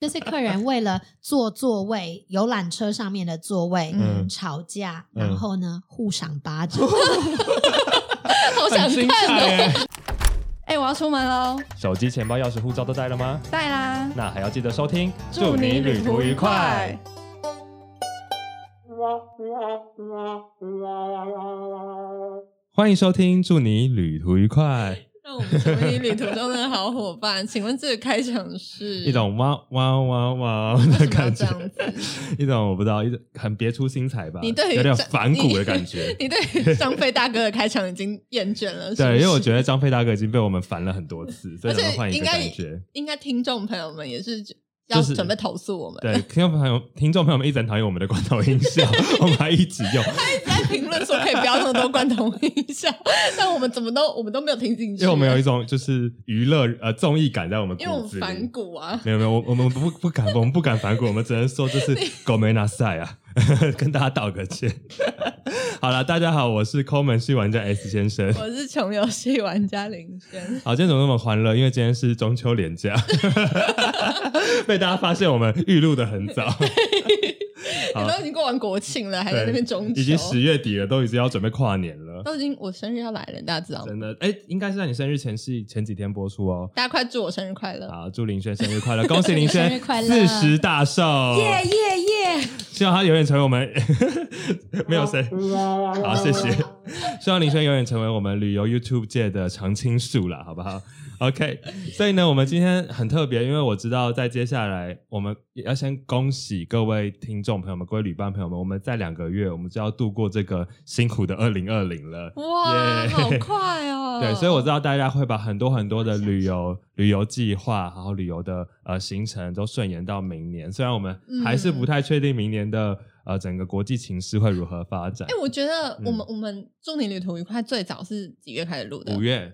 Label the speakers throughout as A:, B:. A: 就是客人为了坐座位游览车上面的座位、
B: 嗯
A: 吵架，
B: 嗯
A: 然后呢互赏巴 掌。哦
C: 好想
B: 很精
C: 看
B: 彩
C: 哦！
B: 耶！
C: 哎、我要出门喽，
B: 手机、钱包、钥匙、护照都带了吗？
C: 带啦！
B: 那还要记得收听，
C: 祝你旅途愉快。
B: 欢迎收听，祝你旅途愉快。
C: 让我们 成为你旅途中的好伙伴。请问这个开场是
B: 一种哇哇哇哇
C: 为什
B: 的
C: 么要
B: 感
C: 这
B: 觉
C: 样子，
B: 一种我不知道，一种很别出心裁吧？
C: 你对于
B: 有点
C: 张
B: 反骨的 感觉。
C: 你对于张飞大哥的开场已经厌倦了，是不是
B: 对，因为我觉得张飞大哥已经被我们烦了很多次，所以
C: 而
B: 想要换
C: 且
B: 一
C: 应
B: 个
C: 该
B: 感觉。
C: 应该听众朋友们也是要
B: 就是
C: 准备投诉我们，
B: 对，听众朋友，听众朋友们一直很讨厌我们的罐头音效，我们还一直 用，
C: 在 评论说可以不要那么多罐头音效，但我们怎么都我们都没有听进去，
B: 因为我们有一种就是娱乐呃综艺感在我们骨
C: 因为我们
B: 子
C: 反
B: 里。
C: 骨啊，
B: 没有没有，我我们不不敢，我们不敢反骨，我们只能说就是狗没拿赛啊， 跟大家道个歉。好了，大家好，我是抠门系玩家 S 先生。
C: 我是穷游戏玩家林轩，
B: 好，今天怎么那么欢乐？因为今天是中秋连假， 被大家发现我们预录的很 早，好
C: 你都已经过完国庆了，还在那边中秋，
B: 已经十月底了，都已经要准备跨年了。
C: 都已经我生日要来了，大家知道吗？
B: 真的，哎，应该是在你生日前是前几天播出哦。
C: 大家快祝我生日快乐！
B: 好，祝林轩生日快乐！恭喜 林
A: 生
B: 轩
A: 日快乐
B: 四十大寿，
A: 耶耶耶！
B: 希望他永远成为我们 没有谁。
C: 嗯
B: 好，谢谢。 希望林轩永远成为我们旅游 YouTube 界的常青树啦，好不好？OK，所以呢，我们今天很特别，因为我知道在接下来我们也要先恭喜各位听众朋友们、各位旅伴朋友们，我们在两个月我们就要度过这个辛苦的二零二零了。
C: 哇
B: 耶
C: 好快哦！
B: 对，所以我知道大家会把很多很多的旅游、旅游计划，然后旅游的呃行程都顺延到明年。虽然我们还
C: 嗯
B: 是不太确定明年的呃整个国际情势会如何发展
C: 哎、。我觉得我们、我们祝你旅途愉快，最早是几月开始录的？
B: 嗯五。月，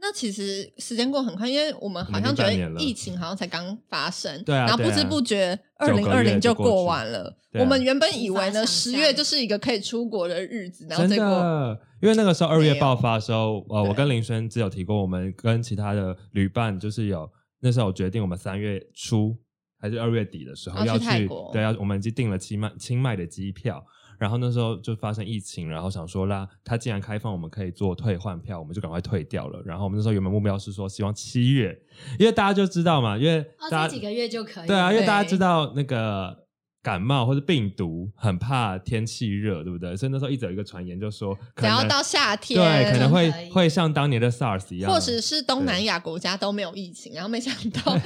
C: 那其实时间过很快，因为我们好
B: 我们
C: 像
B: 已经
C: 觉
B: 半年
C: 得
B: 了
C: 疫情好像才刚发生，
B: 对啊
C: 然后不
B: 对啊
C: 知不觉二
B: 九
C: 零
B: 个
C: 二
B: 月
C: 零
B: 就过去
C: 过完了。
B: 对
C: 我
B: 啊
C: 们原本以为
A: 无法
C: 呢，
A: 想
C: 十
A: 象
C: 月就是一个可以出国的日子，然后结
B: 真
C: 果
B: 的，因为那个时候二
C: 没
B: 月
C: 有
B: 爆发的时候，呃，
C: 对
B: 我跟林轩只有提过，我们跟其他的旅伴就是有那时候有决定，我们三月初还是二月底的时候
C: 要
B: 要
C: 哦去泰
B: 去
C: 国，
B: 对，要我们已经订了清迈清迈的机票。然后那时候就发生疫情，然后想说啦，它既然开放，我们可以做退换票，我们就赶快退掉了。然后我们那时候原本目标是说，希望七月，因为大家就知道嘛，因为
A: 哦，这
B: 大家、
A: 几个月就可以。
B: 对啊，因为
C: 对
B: 大家知道那个感冒或者病毒很怕天气热，对不对？所以那时候一直有一个传言就说，可
C: 只要
B: 能
C: 到夏天，
B: 对，可能会
A: 可以
B: 会像当年的 SARS 一样，
C: 或者是东南亚国家都没有疫情，然后没想 到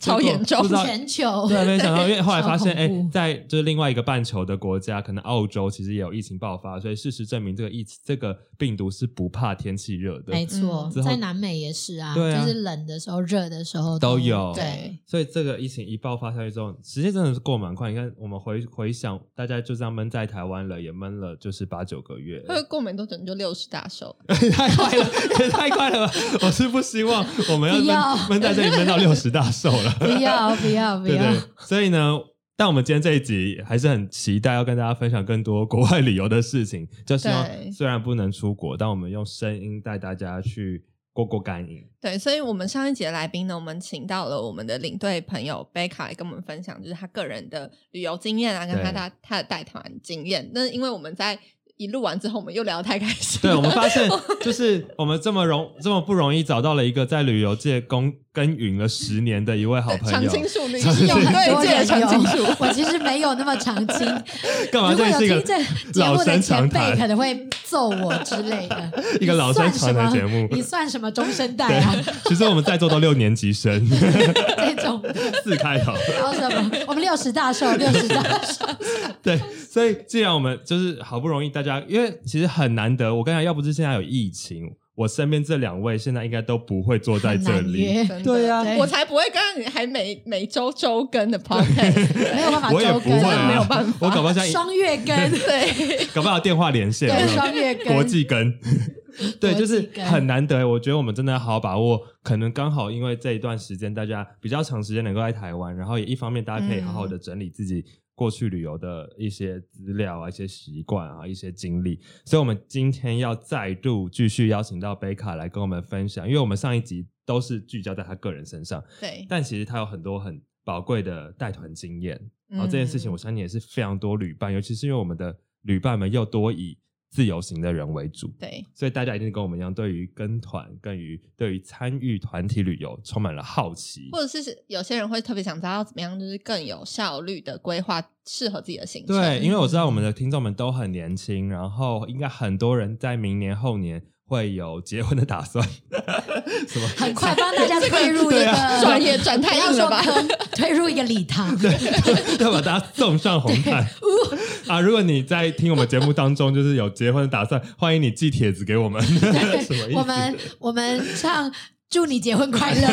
C: 超严重
B: 不，知道
A: 全球
B: 对，啊没想 到，因为后来发现，
A: 超
B: 哎、
A: 恐怖
B: 在就是另外一个半球的国家，可能澳洲其实也有疫情爆发，所以事实证明这个疫这个病毒是不怕天气热的，
A: 没错
C: 嗯
B: 之，后
A: 在南美也是啊，
B: 对啊
A: 就是冷的时候、热的时候
B: 都有
A: 对，
B: 所以这个疫情一爆发下去之后，时间真的是过蛮快。你看，我们回回想，大家就这样闷在台湾了，也闷了就是八九个月，
C: 会不会过没多久你就六十大寿？
B: 太快了，也太快了吧！我是不希望我们
A: 不
B: 要
A: 要
B: 闷闷在这里闷到六十大寿了。
A: 不要不要不
B: 对
A: 要
B: 对，，所以呢，但我们今天这一集还是很期待要跟大家分享更多国外旅游的事情，就希
C: 对
B: 望虽然不能出国，但我们用声音带大家去过过干 瘾。
C: 对，所以我们上一节来宾呢，我们请到了我们的领队朋友贝卡来跟我们分享，就是他个人的旅游经验啊，跟他
B: 对
C: 他他的带团经验。那因为我们在一录完之后，我们又聊得太开心
B: 对，
C: 了，
B: 我们发现就是我们这么容这么不容易找到了一个在旅游界耕耕耘了十年的一位好朋
C: 常
B: 友，
C: 青树你
B: 常
C: 是
B: 青
C: 有
B: 树
A: 很
C: 很多
A: 多
C: 届的
A: 人
C: 常青树，
A: 有， 我其实没有那么长青。
B: 干嘛？
A: 如果
B: 这
A: 有
B: 是一
A: 听
B: 个
A: 这节目
B: 老
A: 的
B: 生
A: 前
B: 常
A: 辈
B: 谈，
A: 可能会揍我之类的
B: ，一个老生常谈的节目
A: 你算什么你算什么中生代啊？
B: 对，其实我们在座都六年级生，
A: 这种
B: 四开头。
A: 然后什么？我们六十大寿，六十大寿，
B: 对，所以既然我们就是好不容易大家，因为其实很难得，我跟你讲，要不是现在有疫情，我身边这两位现在应该都不会坐在
A: 很
B: 这
A: 难
B: 里。
A: 约，
C: 真的
B: 对啊
A: 对
C: 我才不会跟你还每每周周更的 podcast，
A: 没有办法
B: 我也
A: 周
B: 不会、啊，
A: 更，
C: 没有办法
B: 我搞不好现在
A: 双月更，
C: 对，
B: 搞不好电话连线，有
A: 对，
B: 没有
A: 双月更，
B: 国际跟，对，就是
A: 国际跟
B: 很难得。欸我觉得我们真的要好好把握，可能刚好因为这一段时间大家比较长时间能够在台湾，然后也一方面大家可以好好的
A: 嗯
B: 整理自己过去旅游的一些资料啊、一些习惯啊、一些经历。所以，我们今天要再度继续邀请到贝卡来跟我们分享，因为我们上一集都是聚焦在他个人身上，
C: 对，
B: 但其实他有很多很。宝贵的带团经验。然后哦这件
A: 嗯
C: 嗯
B: 事情，我相信也是非常多旅伴，尤其是因为我们的旅伴们又多以自由行的人为主，
C: 对，
B: 所以大家一定跟我们一样，对于跟团、跟于对于参与团体旅游充满了好奇。
C: 或者是有些人会特别想知道怎么样，就是更有效率的规划适合自己的行程。
B: 对，因为我知道我
C: 嗯
B: 们的听众们都很年轻，然后应该很多人在明年后年会有结婚的打算， 什么
A: 很快帮大家推入一
B: 对
A: 个
B: 啊
C: 转也转太硬了吧
A: 不要说坑推入一个礼堂。
B: 对，要把大家送上红毯啊！如果你在听我们节目当中，就是有结婚的打算，欢迎你寄帖子给我们。 什么意思？
A: 我们我们唱祝你结婚 快乐，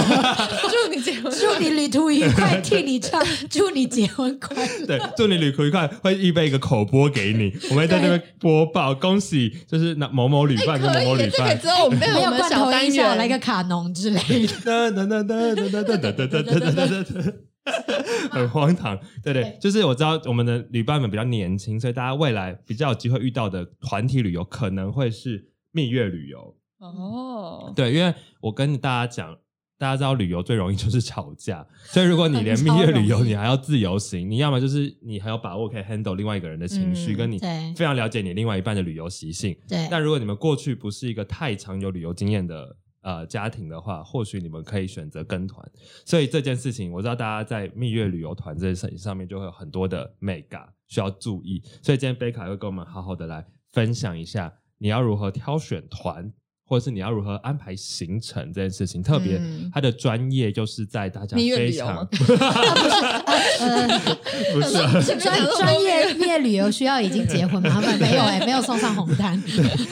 C: 祝你结 婚，
A: 祝你旅途愉快，替你 唱祝你结婚快乐。
B: 对，祝你旅途愉快，会预备一个口播给你，我们会在那边播报。恭喜，就是 那某某旅伴跟
C: 可
B: 某某
C: 以，
B: 旅
C: 这个
B: 伴。
C: 之后我们变成
A: 没有
C: 我们
A: 罐
C: 小
A: 头
C: 单
A: 音效，
C: 元，
A: 来个嗯卡农之类的。
B: 哒哒哒哒哒哒哒哒哒哒哒哒哒哒， 很荒唐，对对，就是我知道我们的旅伴们比较年轻，所以大家未来比较有机会遇到的团体旅游可能会是蜜月旅游，
C: 哦，
B: 对，因为我跟大家讲，大家知道旅游最容易就是吵架，所以如果你连蜜月旅游，你还要自由行，你要么就是你很有把握可以 handle 另外一个人的情绪，
C: 嗯
B: 跟你
A: 对
B: 非常了解你另外一半的旅游习性。
C: 哎
A: 对，
B: 但如果你们过去不是一个太常有旅游经验的呃家庭的话，或许你们可以选择跟团。所以这件事情，我知道大家在蜜月旅游团这件事情上面就会有很多的 mega 需要注意。所以今天贝卡会跟我们好好的来分享一下，你要如何挑选团，或者是你要如何安排行程这件事情。特别
C: 嗯
B: 他的专业就是在大家
C: 蜜月
B: 非
C: 旅游
B: 常
C: 吗
A: 呃，
B: 不是啊
C: 前
A: 专
C: 面讲到
A: 专业
C: 后面
A: 毕业旅游需要已经结婚吗？没有哎，没有送上红毯。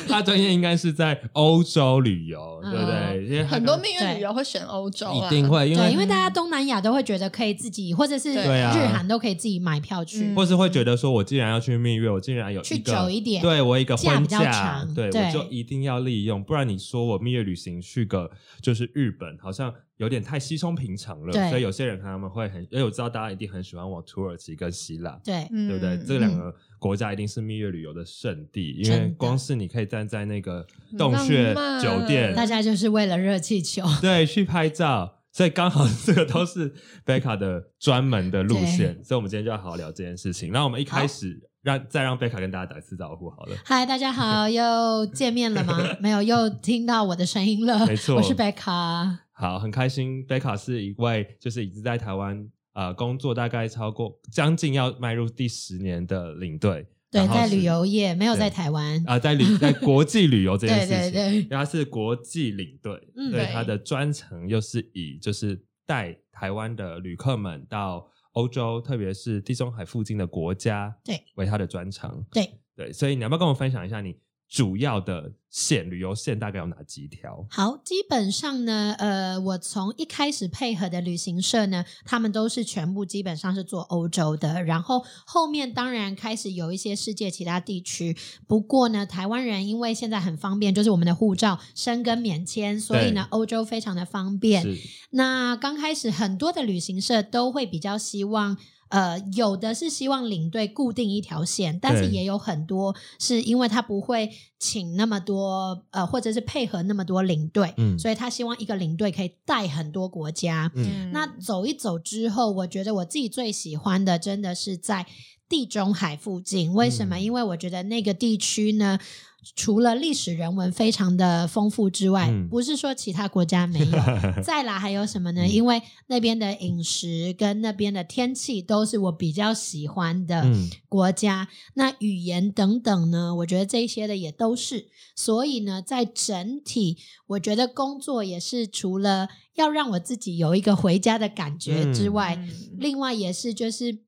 B: 他专业应该是在欧洲旅游，
A: 嗯
B: 对不对？因为他
C: 很多蜜啊月
A: 对
C: 旅游会选欧洲啦，
B: 一定会因为
A: 对，因为大家东南亚都会觉得可以自己，或者是
C: 对
B: 啊
A: 日韩都可以自己买票去
C: 嗯。
B: 或是会觉得说，我既然要去蜜月，我竟然有一个
A: 去久一点
B: 对我有一个婚
A: 假比较长
B: 对
A: 对
B: 我就一定要利用，不然你说我蜜月旅行去个就是日本，好像有点太稀松平常了。
A: 对
B: 所以有些人他们会很，因为我知道大家一定很喜欢往土耳其跟希腊，
A: 对，
C: 嗯
B: 对不对？这两个国家一定是蜜月旅游的圣地，因为
A: 真的
B: 光是你可以站在那个洞穴
C: 很浪漫
B: 酒店，
A: 大家就是为了热气球。
B: 对，去拍照。所以刚好 这个都是贝卡的专门的路线，所以我们今天就要好好聊这件事情。然后我们一开始让再让贝卡跟大家打一次招呼好了。
A: 嗨，大家好，又见面了 吗？没有，又听到我的声音了。
B: 没错
A: 我是贝卡。
B: 好，很开心，贝卡是一位就是已经在台湾呃工作大概超过将近要迈入第十年的领队。
A: 对，
B: 然后
A: 在
B: 是
A: 旅游业，没有
B: 对
A: 在台湾。
B: 啊、在旅在国际旅游这件
A: 对
B: 事情，
A: 对对，
B: 因为他是国际领队，
A: 嗯
B: 对
C: 对
B: 他的专程又是以就是带台湾的旅客们到欧洲，特别是地中海附近的国家，
A: 对
B: 为他的专长，
A: 对
B: 对，所以你要不要跟我分享一下你主要的线旅游线大概有哪几条？
A: 好，基本上呢，呃，我从一开始配合的旅行社呢，他们都是全部基本上是做欧洲的，然后后面当然开始有一些世界其他地区。不过呢，台湾人因为现在很方便，就是我们的护照申根免签，所以呢，欧洲非常的方便。
B: 是
A: 那刚开始很多的旅行社都会比较希望。呃，有的是希望领队固定一条线，但是
B: 对
A: 也有很多是因为他不会请那么多，呃，或者是配合那么多领队，
B: 嗯
A: 所以他希望一个领队可以带很多国家。
B: 嗯
A: 那走一走之后，我觉得我自己最喜欢的真的是在地中海附近。为什么？
B: 嗯
A: 因为我觉得那个地区呢，除了历史人文非常的丰富之外，
B: 嗯
A: 不是说其他国家没有。 再来还有什么呢？
B: 嗯
A: 因为那边的饮食跟那边的天气都是我比较喜欢的。
B: 嗯
A: 国家，那语言等等呢，我觉得这些的也都是。所以呢，在整体，我觉得工作也是除了要让我自己有一个回家的感觉之外，
C: 嗯
A: 另外也是就是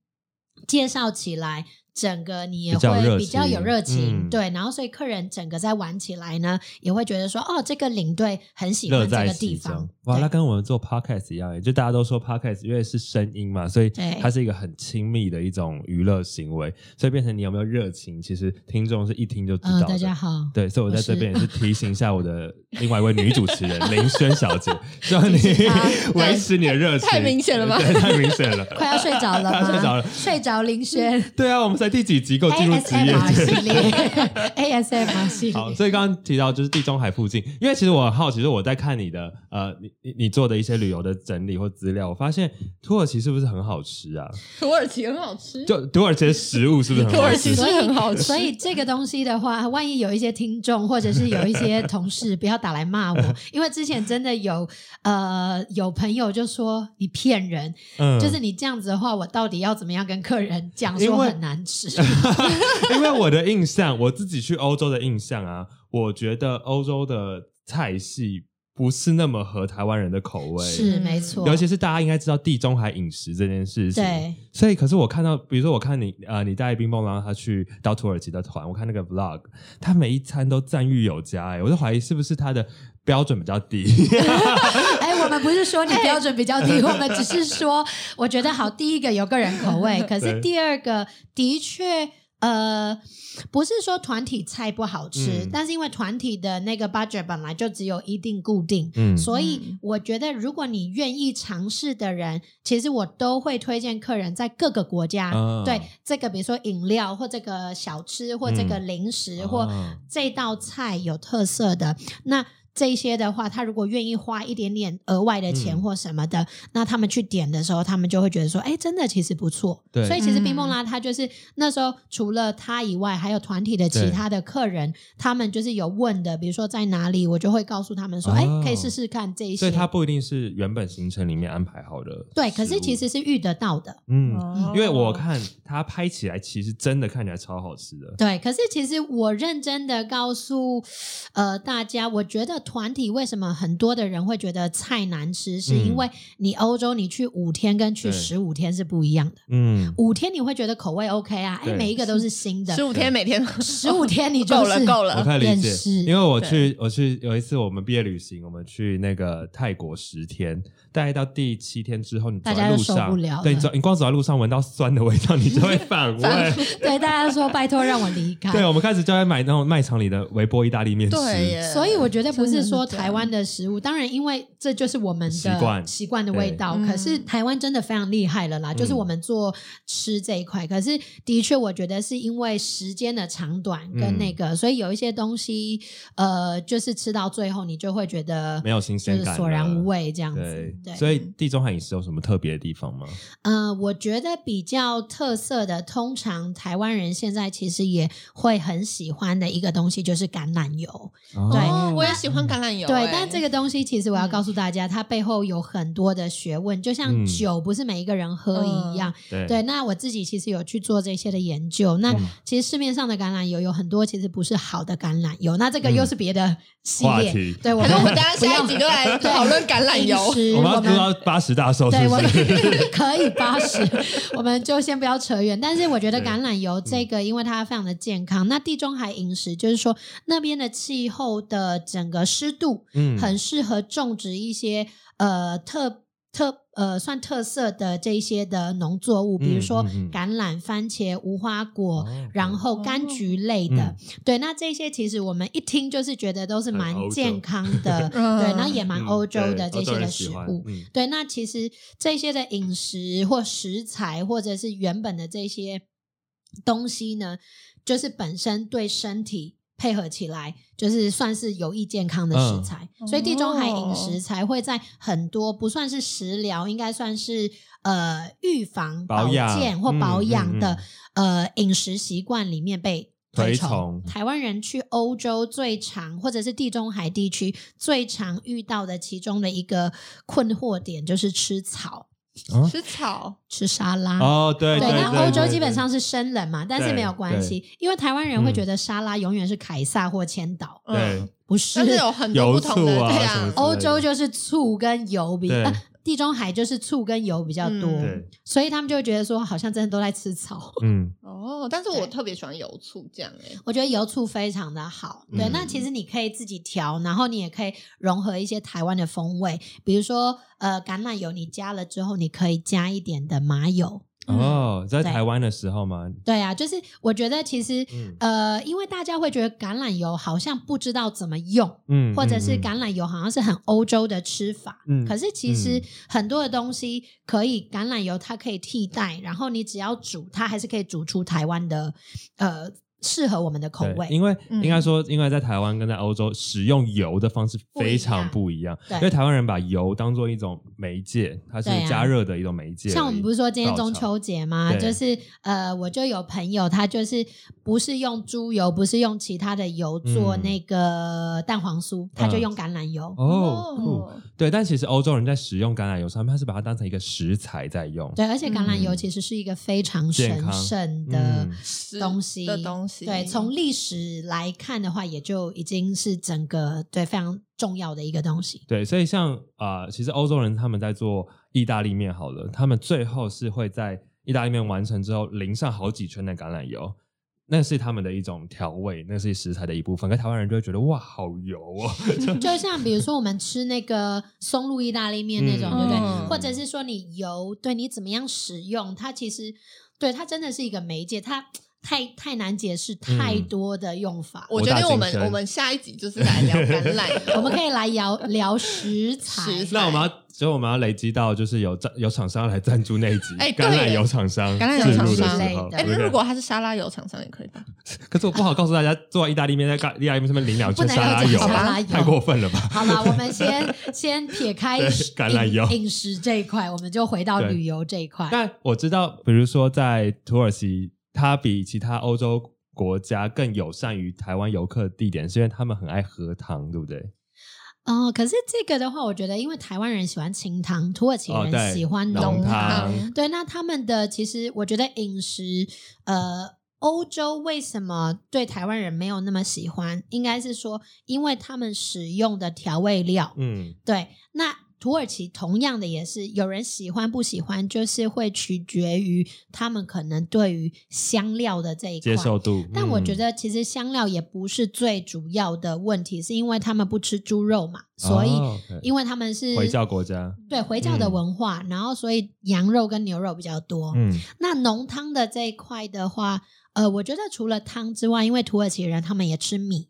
A: 介绍起来。整个你也
B: 比较热
A: 会比较
B: 情
A: 有热情，
B: 嗯
A: 对，然后所以客人整个在玩起来呢，也会觉得说，哦，这个领队很喜
B: 乐
A: 欢这
B: 在
A: 个地
B: 其
A: 方
B: 中，，哇！
A: 对
B: 那跟我们做 podcast 一样欸耶，就大家都说 podcast 因为是声音嘛，所以
A: 对
B: 它是一个很亲密的一种娱乐行为，所以变成你有没有热情，其实听众是一听就知
A: 嗯、
B: 道的。
A: 大家好，
B: 对，所以我在
A: 我是
B: 这边也是提醒一下我的另外一位女主 持人林轩小姐，希望你
A: 提醒她
B: 维持你的热情。
C: 太明显了吧
B: 对太明显了，
A: 快要睡着了吗？
B: 快要睡着了
A: 睡着林轩，
B: 对啊，我们才在第几集够进入职业
A: ASMR
B: 界？
A: 系列 ，ASMR 系
B: 好，
A: 列，
B: 所以刚刚提到就是地中海附近，因为其实我很好奇，就是我在看你的呃，你你你做的一些旅游的整理或资料，我发现土耳其是不是很好吃啊？
C: 土耳其很好吃，
B: 就土耳其的食物是不是很
C: 土
B: 好
C: 耳其？
B: 吃
C: 是很好吃
A: 所以这个东西的话，万一有一些听众或者是有一些同事，不要打来骂 我，因为之前真的有呃有朋友就说你骗人，
B: 嗯
A: 就是你这样子的话，我到底要怎么样跟客人讲
B: 因
A: 说
B: 为
A: 很难 吃？
B: 因为我的印象，我自己去欧洲的印象啊，我觉得欧洲的菜系不是那么合台湾人的口味，
A: 是没错，
B: 尤其是大家应该知道地中海饮食这件事情。
A: 对，
B: 所以可是我看到，比如说我看你呃，你带冰棒，然后他去到土耳其的团，我看那个 vlog，他每一餐都赞誉有加、欸，我就怀疑是不是他的标准比较低。
A: 哎，我们不是说你标准比较低，我们只是说，我觉得好，第一个有个人口味，可
B: 对
A: 是第二个的确。呃，不是说团体菜不好吃，
B: 嗯
A: 但是因为团体的那个 budget 本来就只有一定固定，
B: 嗯
A: 所以
C: 嗯
A: 我觉得如果你愿意尝试的人，其实我都会推荐客人在各个国家，
B: 啊
A: 对这个比如说饮料或这个小吃或这个
B: 嗯
A: 零食、或
B: 啊
A: 这道菜有特色的，那这些的话，他如果愿意花一点点额外的钱
B: 嗯
A: 或什么的，那他们去点的时候，他们就会觉得说，哎，真的其实不错。
B: 对
A: 所以其实
C: 嗯
A: 冰梦拉他就是那时候除了他以外，还有团体的其
B: 对
A: 他的客人，他们就是有问的，比如说在哪里，我就会告诉他们说，哎、
B: 哦
A: 可以试试看这一些。
B: 所以它不一定是原本行程里面安排好的。
A: 对，可是其实是遇得到的。
B: 嗯，
C: 哦
B: 因为我看它拍起来，其实真的看起来超好吃的。
A: 对，可是其实我认真的告诉呃大家，我觉得团体为什么很多的人会觉得菜难吃，是因为你欧洲你去五天跟去
B: 嗯对
A: 十五天是不一样的。
B: 嗯，
A: 五天你会觉得口味 OK 啊，哎，
B: 对
A: 每一个都是新的
C: 十。五天每天
A: 十五天你就
C: 够了
A: 是
C: 够
B: 我
C: 了，
B: 可以理
A: 厌
B: 解
A: 世，
B: 因为我去我去有一次我们毕业旅行，我们去那个泰国十天，大概到第七天之后，你走
A: 大家
B: 在
A: 就
B: 路
A: 受
B: 上，
A: 不了
B: 对，
A: 了
B: 你走你光走在路上闻到酸的味道，你 就会反胃。
A: 对大家说拜托让我离开。
B: 对，我们开始就在买那种卖场里的微波意大利面吃，
C: 对耶，
A: 所以我觉得不是说
C: 真的是这样
A: 台湾的食物，当然因为这就是我们的
B: 习惯嗯
A: 习惯的味道。
C: 对
A: 可是台湾真的非常厉害了啦，就是我们做吃这一块。可是的确，我觉得是因为时间的长短
B: 嗯
A: 跟那个，所以有一些东西，呃，就是吃到最后你就会觉得
B: 没有新鲜
A: 就是
B: 感
A: 索
B: 了
A: 然无味这样子。
B: 对
A: 对，
B: 所以地中海饮食有什么特别的地方吗？
A: 呃，我觉得比较特色的，通常台湾人现在其实也会很喜欢的一个东西就是橄榄油。对
B: 哦
C: 我也喜欢橄榄油、
A: 对
C: 哎，
A: 但这个东西其实我要
C: 嗯
A: 告诉大家，它背后有很多的学问，就像
B: 嗯
A: 酒不是每一个人喝
C: 嗯
A: 一样。
B: 对
A: 对，那我自己其实有去做这些的研究。那
B: 嗯
A: 其实市面上的橄榄油有很多其实不是好的橄榄油，那这个又是别的系
B: 嗯话
A: 列。
B: 题，
A: 对，我
C: 可
A: 们
C: 是我们等一下下一集就来讨论橄榄
A: 饮
C: 油。
A: 食，
B: 我们要
A: 我
B: 录
A: 们
B: 到八十大寿，
A: 对，
B: 是
A: 我
B: 不
A: 们
B: 是？
A: 可以八十，我们就先不要扯远。但是我觉得橄榄
B: 嗯
A: 油这个，因为它非常的健康。那地中海饮食就是说，那边的气候的整个湿度，
B: 嗯
A: 很适合种植一些呃特特呃算特色的这一些的农作物，比如
B: 嗯
A: 说
B: 嗯嗯
A: 橄榄、番茄、无花果，
B: 哦
A: 然后柑橘类的。
B: 嗯
A: 对，那这些其实我们一听就是觉得都是
B: 很欧
A: 蛮
B: 洲
A: 健康 的，
C: 嗯
A: 对，那也蛮
B: 嗯
A: 欧洲的这
B: 对欧洲
A: 些的
B: 人喜
A: 食
B: 欢
A: 物。
B: 嗯
A: 对，那其实这些的饮食或食材，或者是原本的这些东西呢，就是本身对身体配合起来，就是算是有益健康的
B: 嗯
A: 食材。所以地中海饮
C: 哦
A: 食才会在很多不算是食疗，应该算是呃预防、
B: 保
A: 保
B: 养
A: 健或
B: 嗯
A: 保
B: 嗯
A: 养的、
B: 嗯
A: 呃饮食习惯里面被。
B: 推
A: 推
B: 崇
A: 崇台湾人去欧洲最常，或者是地中海地区最常遇到的其中的一个困惑点，就是吃草、
C: 吃草，
A: 吃沙拉。
B: 哦，对
A: 对，那欧洲基本
B: 对
A: 上是生冷嘛，但是
B: 对嗯
A: 没有关系，因为台湾人会觉得沙拉永远是凯撒或千岛，
B: 对
C: 嗯，
A: 不是
C: 但是有很多不同的，
B: 油醋啊
C: 对
B: 什么之类的
A: 欧洲就是醋跟油比，
B: 对
A: 呃地中海就是醋跟油比较多，
C: 嗯
B: 对，
A: 所以他们就会觉得说，好像真的都在吃草。
B: 嗯，
C: 哦，但是我
A: 对
C: 特别喜欢油醋酱，哎，
A: 我觉得油醋非常的好，对。
B: 嗯
A: 那其实你可以自己调，然后你也可以融合一些台湾的风味，比如说呃橄榄油，你加了之后，你可以加一点的麻油，
B: 哦，在
A: 对
B: 台湾的时候吗？
A: 对啊，就是我觉得其实、
B: 嗯
A: 呃，因为大家会觉得橄榄油好像不知道怎么用，
B: 嗯，
A: 或者是
B: 嗯
A: 橄榄油好像是很欧洲的吃法，
B: 嗯
A: 可是其实
B: 嗯
A: 很多的东西可以橄榄油它可以替代，然后你只要煮它还是可以煮出台湾的呃适合我们的口
B: 对
A: 味，
B: 因为
C: 嗯
B: 应该说，因为在台湾跟在欧洲使用油的方式非常不一样，
A: 不一样对
B: 因为台湾人把油当做一种媒介，它是
A: 对啊
B: 加热的一种媒介而已。
A: 像我们不是说今天
B: 稻
A: 中
B: 草
A: 秋节吗？
B: 对
A: 就是呃，我就有朋友他就是不是用猪油，不是用其他的油做
B: 嗯
A: 那个蛋黄酥，他就
B: 嗯
A: 用橄榄油。
B: 哦，酷，
C: 嗯
B: 对，但其实欧洲人在使用橄榄油上面，他是把它当成一个食材在用。
A: 对，而且橄榄油
B: 嗯
A: 其实是一个非常
B: 健
A: 神
B: 康
A: 圣的
B: 嗯
A: 东西。
C: 的东西，
A: 对，从历史来看的话，也就已经是整个对非常重要的一个东西。
B: 对，所以像啊、呃其实欧洲人他们在做意大利面好了，他们最后是会在意大利面完成之后淋上好几圈的橄榄油，那是他们的一种调味，那是食材的一部分。可台湾人就会觉得哇，好油哦，
A: 就像比如说我们吃那个松露意大利面那种，
B: 嗯
A: 对不对？
C: 嗯
A: 或者是说你油对你怎么样使用，它其实对它真的是一个媒介，它太太难解释太
B: 嗯
A: 多的用法。
C: 我决定我
B: 博大
C: 们
B: 精深
C: 我们下一集就是来聊橄榄 油，
A: 我们可以来聊聊食材，
C: 食材
B: 那我们要，所以我们要累积到，就是有赞有厂商来赞助那一 集，
C: 哎对
B: 橄榄油厂商，
C: 橄榄
A: 油
B: 自
A: 厂
B: 入
A: 商之
B: 的时候，
A: 类的
C: 哎，那
B: OK
C: 如果它是沙拉油厂商也可以吧？
B: 可是我不好告诉大家，做意大利面在意大利面上面淋两
A: 不
B: 圈
A: 能
B: 沙拉
A: 够
B: 油
A: 讲沙
B: 啊，
A: 拉油，
B: 太过分了吧？
A: 好了，我们 先先撇开
B: 对
A: 饮
B: 橄榄油
A: 饮食这一块，我们就回到
B: 对
A: 旅游这一块。
B: 但我知道，比如说在土耳其，它比其他欧洲国家更友善于台湾游客的地点，是因为他们很爱喝汤，对不对？
A: 哦，可是这个的话，我觉得因为台湾人喜欢清汤，土耳其
B: 哦，
A: 人
B: 对，
A: 喜欢
C: 浓
A: 嗯浓
C: 汤
A: 汤，对，那他们的其实我觉得饮食，呃，欧洲为什么对台湾人没有那么喜欢？应该是说，因为他们使用的调味料，
B: 嗯，
A: 对，那土耳其同样的也是有人喜欢不喜欢，就是会取决于他们可能对于香料的这一块
B: 接受度。
A: 但我觉
B: 嗯
A: 得其实香料也不是最主要的问题，是因为他们不吃猪肉嘛，所以
B: 哦，OK
A: 因为他们是
B: 回教国家，
A: 对回教的
B: 嗯
A: 文化，然后所以羊肉跟牛肉比较多。
B: 嗯
A: 那浓汤的这一块的话，呃，我觉得除了汤之外，因为土耳其人他们也吃米。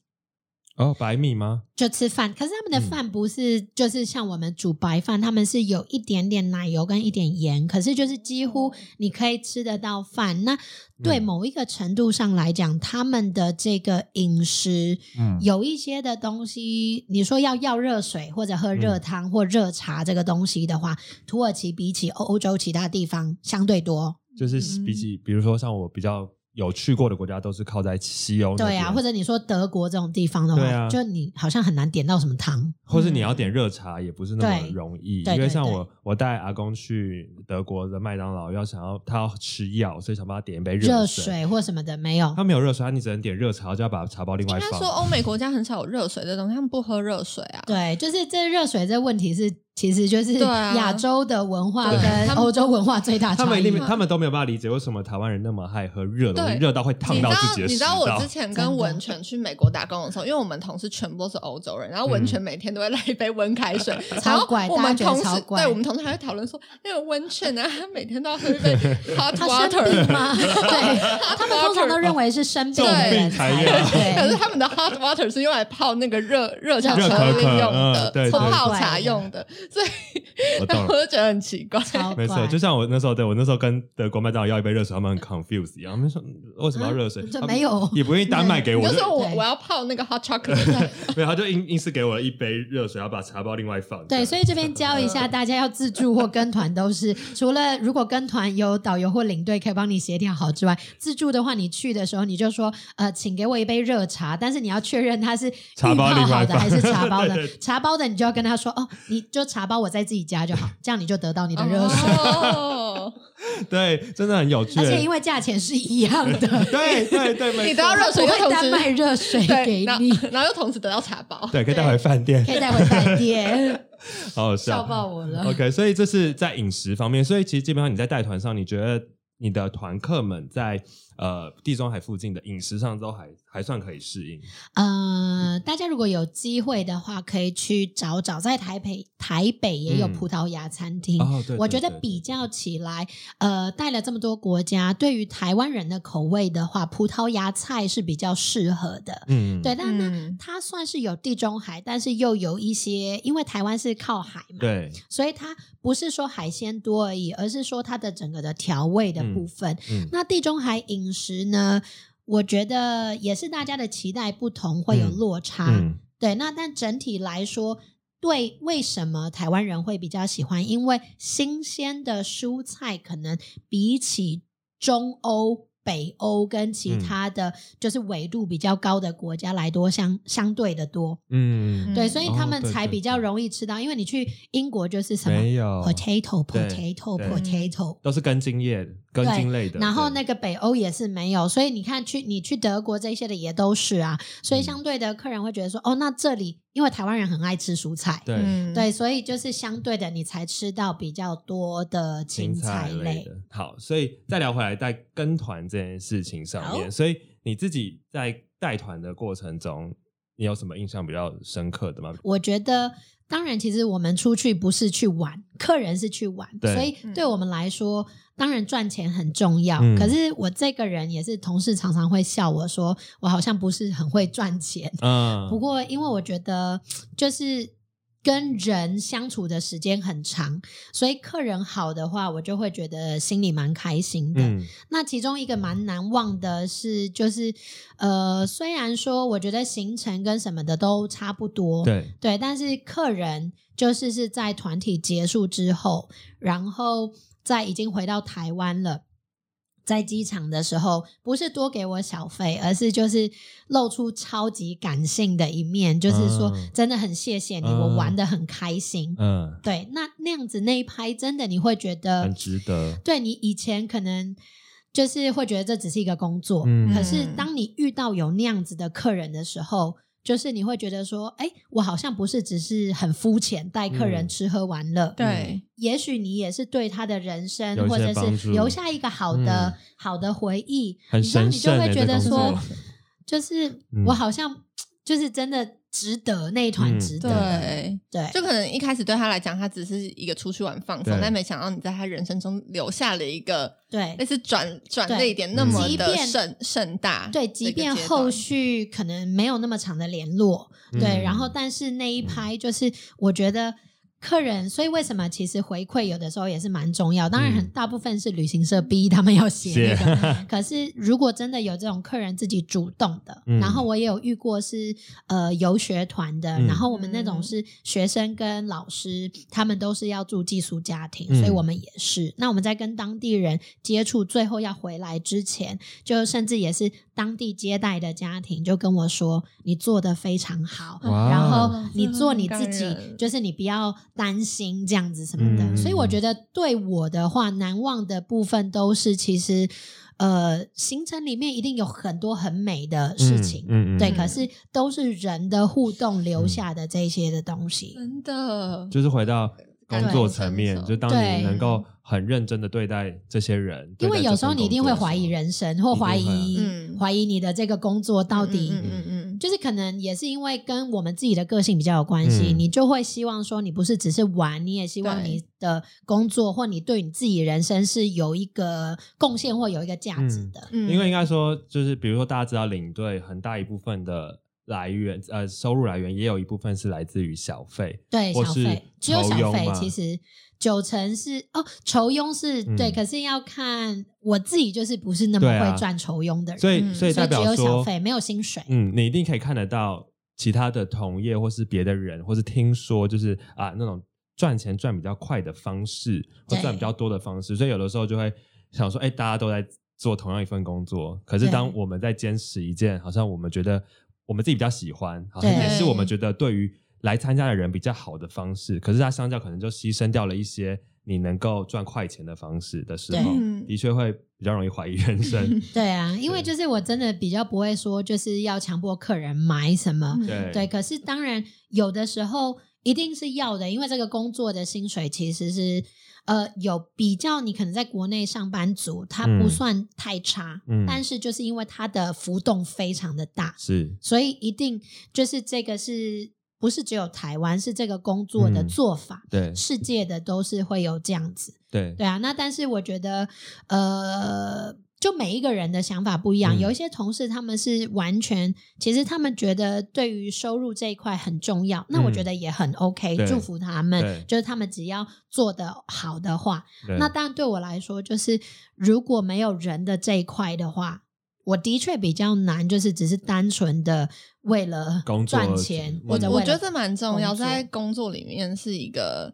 B: 哦，白米吗？
A: 就吃饭，可是他们的
B: 嗯
A: 饭不是就是像我们煮白饭，他们是有一点点奶油跟一点盐，可是就是几乎你可以吃得到饭。那对
B: 哦嗯
A: 某一个程度上来讲，他们的这个饮食
B: 嗯，
A: 有一些的东西，你说要要热水或者喝热汤或热茶这个东西的话，土耳其比起欧欧洲其他地方相对多，
B: 就是比起，比如说像我比较有去过的国家，都是靠在西欧那
A: 对啊，
B: 边
A: 或者你说德国这种地方的话，
B: 对啊
A: 就你好像很难点到什么汤，
B: 或是你要点热茶也不是那么
A: 对
B: 容易，
A: 对
B: 因为
A: 对
B: 像
A: 对
B: 我我带阿公去德国的麦当劳，要想要他要吃药，所以想帮他点一杯
A: 热
B: 水。
A: 水或什么的没有
B: 他。没有热水，他你只能点热茶，就要把茶包另外
C: 应该
B: 放。
C: 说欧啊美国家很少有热水这东西，他们不喝热水啊。
A: 对，就是这热水这问题是，其实就是
C: 对啊
A: 亚洲的文化
C: 对
A: 跟
C: 他们
A: 欧洲文化最大
B: 他
A: 差
B: 们一定
A: 异
B: 没
C: 嘛。
B: 他们都没有办法理解为什么台湾人那么爱喝热的东西，
C: 对
B: 热到会烫
C: 你
B: 到
C: 知
B: 自
C: 道
B: 己的
C: 你
B: 食
C: 知
B: 道。
C: 道我之前
A: 真
C: 跟
A: 的
C: 文泉去美国打工的时候，因为我们同事全部都是欧洲人，然后文泉每天都会来一杯温 开水，然
A: 嗯超
C: 后
A: 怪
C: 我
A: 大家
C: 们
A: 觉得
C: 同
A: 超
C: 事
A: 怪
C: 对我们同事还会讨论说，那个温泉啊，他每天都要喝一杯 hot
A: 他生病
C: water，
A: 吗？对，他们通常都认为是生病
C: 重
A: 的
C: 病
A: 人
B: 才
A: 才
B: 要
C: 可是
A: 对。
C: 他们的 hot water 是用来泡那个热热巧
A: 热
C: 克
A: 可
C: 力
B: 可
C: 用
B: 嗯
C: 的，
B: 对
C: 或
B: 对
C: 泡茶用的，所以
B: 我
C: 然
B: 懂
C: 后
B: 了。
C: 我就觉得很奇怪。
A: 超
B: 没错，
A: 怪
B: 就像我那时候，对我那时候跟德国麦当劳要一杯热水，他们很 confused 一样，他们说嗯为什么要热水？
A: 啊
B: 他
A: 这
B: 们
A: 没有
B: 也不愿意单卖给
C: 你
B: 我，
C: 就
B: 就
C: 说我
A: 对
C: 我要泡那个 hot chocolate，
B: 没有，他就硬硬是给我了一杯热水，要把茶包另外放。
A: 对，所
B: 以
A: 以这边教一下大家，要自助或跟团都是， 除了如果跟团有导游或领队可以帮你协调好之外，自助的话，你去的时候你就说，呃，请给我一杯热茶，但是你要确认它是预
B: 茶
A: 泡
B: 包另外
A: 好的
B: 放
A: 还是茶包
B: 对
A: 的
B: 对，
A: 茶包的你就要跟他说，哦，你就茶包我在自己家就好，这样你就得到你的热水，
C: 哦，
B: 对，真的很有趣。
A: 而
B: 欸
A: 且因为价钱是一样 的，
B: 对对对，没
C: 你都要热水
A: 不
C: 又
A: 会
C: 同
A: 单
C: 时
A: 卖热水 给
C: 对，然后
A: 你，
C: 然后又同时得到茶包，
B: 对，可以带回饭店，
A: 可以带回饭店，
B: 好好笑，
A: 笑爆我了。
B: OK，所以这是在饮食方面，所以其实基本上你在带团上，你觉得你的团客们在呃地中海附近的饮食上都还还算可以适应。
A: 呃，大家如果有机会的话，可以去找找，在台北台北也有
B: 嗯
A: 葡萄牙餐厅。
B: 哦，对，
A: 我
B: 对
A: 觉得
B: 对
A: 比
B: 对
A: 较起来，呃，带了这么多国家，对于台湾人的口味的话，葡萄牙菜是比较适合的。
B: 嗯，
A: 对，但呢，
C: 嗯
A: 它算是有地中海，但是又有一些，因为台湾是靠海嘛，
B: 对，
A: 所以它不是说海鲜多而已，而是说它的整个的调味的部分。
B: 嗯
A: 那地中海饮食呢，我觉得也是大家的期待不同，会有
B: 嗯
A: 落差。
B: 嗯
A: 对，那但整体来说，对为什么台湾人会比较喜欢？因为新鲜的蔬菜可能比起中欧。北欧跟
B: 嗯
A: 其他的就是纬度比较高的国家来多相相对的多，
B: 嗯，
A: 对，所以他
B: 哦
A: 们
B: 对
A: 才
B: 对
A: 比较
B: 对
A: 容易吃到。因为你去英国就是什么
B: 没有
A: potato
B: 对
A: potato
B: 对
A: potato，
B: 都是根茎叶、根
A: 对
B: 茎类的。
A: 然后
B: 对
A: 那个北欧也是没有，所以你看去你去德国这些的也都是啊，所以
B: 嗯
A: 相对的客人会觉得说，哦，那这里因为台湾人很爱吃蔬菜，
B: 对
C: 嗯，
A: 对，所以就是相对的你才吃到比较多的
B: 青
A: 青菜
B: 类
A: 类。
B: 的。好，所以再聊回来，在跟团这件事情上面，
A: 好
B: 所以你自己在带团的过程中，你有什么印象比较深刻的吗？
A: 我觉得，当然，其实我们出去不是去玩，客人是去玩，
B: 对
A: 所以对我们来说，当然赚钱很重要。
B: 嗯
A: 可是我这个人也是，同事常常会笑我说，我好像不是很会赚钱。
B: 嗯，
A: 不过，因为我觉得就是跟人相处的时间很长，所以客人好的话，我就会觉得心里蛮开心的。
B: 嗯
A: 那其中一个蛮难忘的是，就是呃，虽然说我觉得行程跟什么的都差不多，
B: 对，
A: 对，但是客人就是是在团体结束之后，然后在已经回到台湾了。在机场的时候，不是多给我小费，而是就是露出超级感性的一面，就是说
B: 嗯
A: 真的很谢谢你，
B: 嗯
A: 我玩的很开心。
B: 嗯，
A: 对，那那样子那一拍，真的你会觉
B: 很
A: 得，
B: 值得。
A: 对你以前可能就是会觉得这只是一个工作，
B: 嗯
A: 可是当你遇到有那样子的客人的时候，就是你会觉得说，哎，我好像不是只是很肤浅带客人
B: 嗯
A: 吃喝玩乐，
C: 对，
A: 也许你也是对他的人
B: 有一
A: 生
B: 些
A: 或者
B: 帮助
A: 是留下一个好的、
B: 嗯
A: 好的回忆，
B: 很
A: 你知道
B: 神
A: 你就
B: 圣
A: 会
B: 欸
A: 觉
B: 这
A: 得
B: 工
A: 说
B: 作，
A: 就是
B: 嗯
A: 我好像就是真的值得那一团
B: 嗯
A: 值得，
C: 对，
A: 对
C: 就可能一开始对他来讲，他只是一个出去玩放
B: 对
C: 松，但没想到你在他人生中留下了一个
A: 对
C: 类似转转
A: 对
C: 捩点那么
B: 即
C: 的
A: 便
C: 盛盛大的
A: 对，
C: 一个阶段。
A: 即便后续可能没有那么长的联络，对，
B: 嗯
A: 然后但是那一拍就是我觉得。客人，所以为什么其实回馈有的时候也是蛮重要，当然很
B: 嗯
A: 大部分是旅行社逼他们要写那个，
B: 谢
A: 可是如果真的有这种客人自己主动的，
B: 嗯
A: 然后我也有遇过是呃游学团的，
B: 嗯
A: 然后我们那种
C: 嗯
A: 是学生跟老师，他们都是要住寄宿家庭，
B: 嗯
A: 所以我们也是。那我们在跟当地人接触，最后要回来之前，就甚至也是当地接待的家庭就跟我说：“你做的非常好。”
B: 哇
A: 然后
C: 哦
A: 你
C: 这
A: 做
C: 很
A: 你
C: 感
A: 自己
C: 人，
A: 就是你不要担心这样子什么的。
B: 嗯
A: 所以我觉得对我的话，难忘的部分都是其实呃，行程里面一定有很多很美的事情，
B: 嗯嗯嗯
A: 对，
B: 嗯
A: 可是都是人的互动留下的这些的东西。
C: 真的
B: 就是回到工作层面，
C: 对
B: 就当
A: 对
B: 你能够很认真的对待这些人，
A: 因为有时候你一定会怀疑
B: 对待这份工作的时
A: 人生，或怀疑
C: 一定会啊
A: 怀疑你的这个工作到底
C: 嗯嗯嗯
A: 就是可能也是因为跟我们自己的个性比较有关系，
B: 嗯
A: 你就会希望说你不是只是玩，你也希望
C: 对
A: 你的工作或你对你自己人生是有一个贡献或有一个价值的。
C: 嗯，
B: 因为应该说，就是比如说大家知道领队很大一部分的来源，呃，收入来源也有一部分是来自于小费，
A: 对，
B: 或
A: 小
B: 是
A: 费只有
B: 酬
A: 小
B: 庸
A: 费
B: 嘛，
A: 其实九成是哦，酬庸是、
B: 嗯
A: 对，可是要看我自己就是不是那
B: 对
A: 么
B: 啊
A: 会赚酬庸的人，
B: 所以、
C: 嗯
B: 所以
A: 所
B: 代
A: 以只
B: 表
A: 有小
B: 说，
A: 费没有薪水。
B: 嗯，你一定可以看得到其他的同业或是别的人，或是听说就是啊那种赚钱赚比较快的方式，或
A: 对
B: 赚比较多的方式，所以有的时候就会想说，哎、大家都在做同样一份工作，可是
A: 对
B: 当我们在坚持一件好像我们觉得我们自己比较喜欢，好像
A: 对
B: 也是我们觉得对于来参加的人比较好的方式，可是它相较可能就牺牲掉了一些。你能够赚快钱的方式的时候
C: 对，
B: 的确会比较容易怀疑 人生。
A: 对啊，因为就是我真的比较不会说就是要强迫客人买什么，
C: 嗯
B: 对
A: 对，可是当然有的时候。一定是要的，因为这个工作的薪水其实是呃有比较，你可能在国内上班族他不
B: 嗯
A: 算太差，
B: 嗯
A: 但是就是因为它的浮动非常的大，
B: 是
A: 所以一定就是这个是不是只有台湾是这个工作的
B: 嗯
A: 做法？
B: 对
A: 世界的都是会有这样子，
B: 对
A: 对啊。那但是我觉得，呃，就每一个人的想法不一样，
B: 嗯
A: 有一些同事他们是完全，其实他们觉得对于收入这一块很重要，那我
B: 嗯
A: 觉得也很 OK，、
B: 对
A: 祝福他
B: 对
A: 们，就是他们只要做得好的话，
B: 对
A: 那当然对我来说，就是如果没有人的这一块的话，我的确比较难，就是只是单纯的为了
B: 工作
A: 赚钱
B: 嗯
A: 或者为
C: 我
A: 了
C: 觉得这蛮重要，
A: 工作
C: 在工作里面是一个，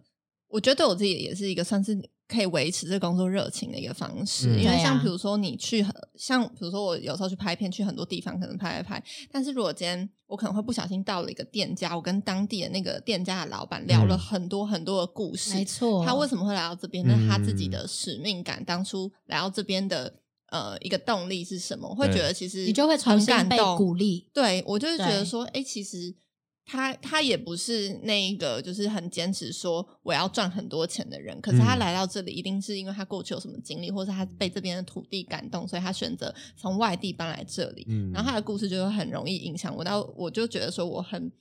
C: 我觉得对我自己也是一个算是可以维持这工作热情的一个方式。
B: 嗯
C: 因为
A: 对啊
C: 像比如说你去很，像比如说我有时候去拍片，去很多地方可能拍拍拍，但是如果今天我可能会不小心到了一个店家，我跟当地的那个店家的老板聊了
B: 嗯
C: 很多很多的故事，
A: 没错，
C: 他为什么会来到这边？那他自己
B: 嗯
C: 的使命感，当初来到这边的呃一个动力是什么？我会
B: 对
C: 觉得其实
A: 你就会重
C: 很
A: 新
C: 感
A: 被
C: 动，
A: 鼓励？
C: 对我就是觉得
A: 对
C: 说，哎、其实他他也不是那一个就是很坚持说我要赚很多钱的人，可是他
B: 嗯
C: 来到这里一定是因为他过去有什么经历，或是他被这边的土地感动，所以他选择从外地搬来这里。
B: 嗯
C: 然后他的故事就会很容易影响我，到我就觉得说我很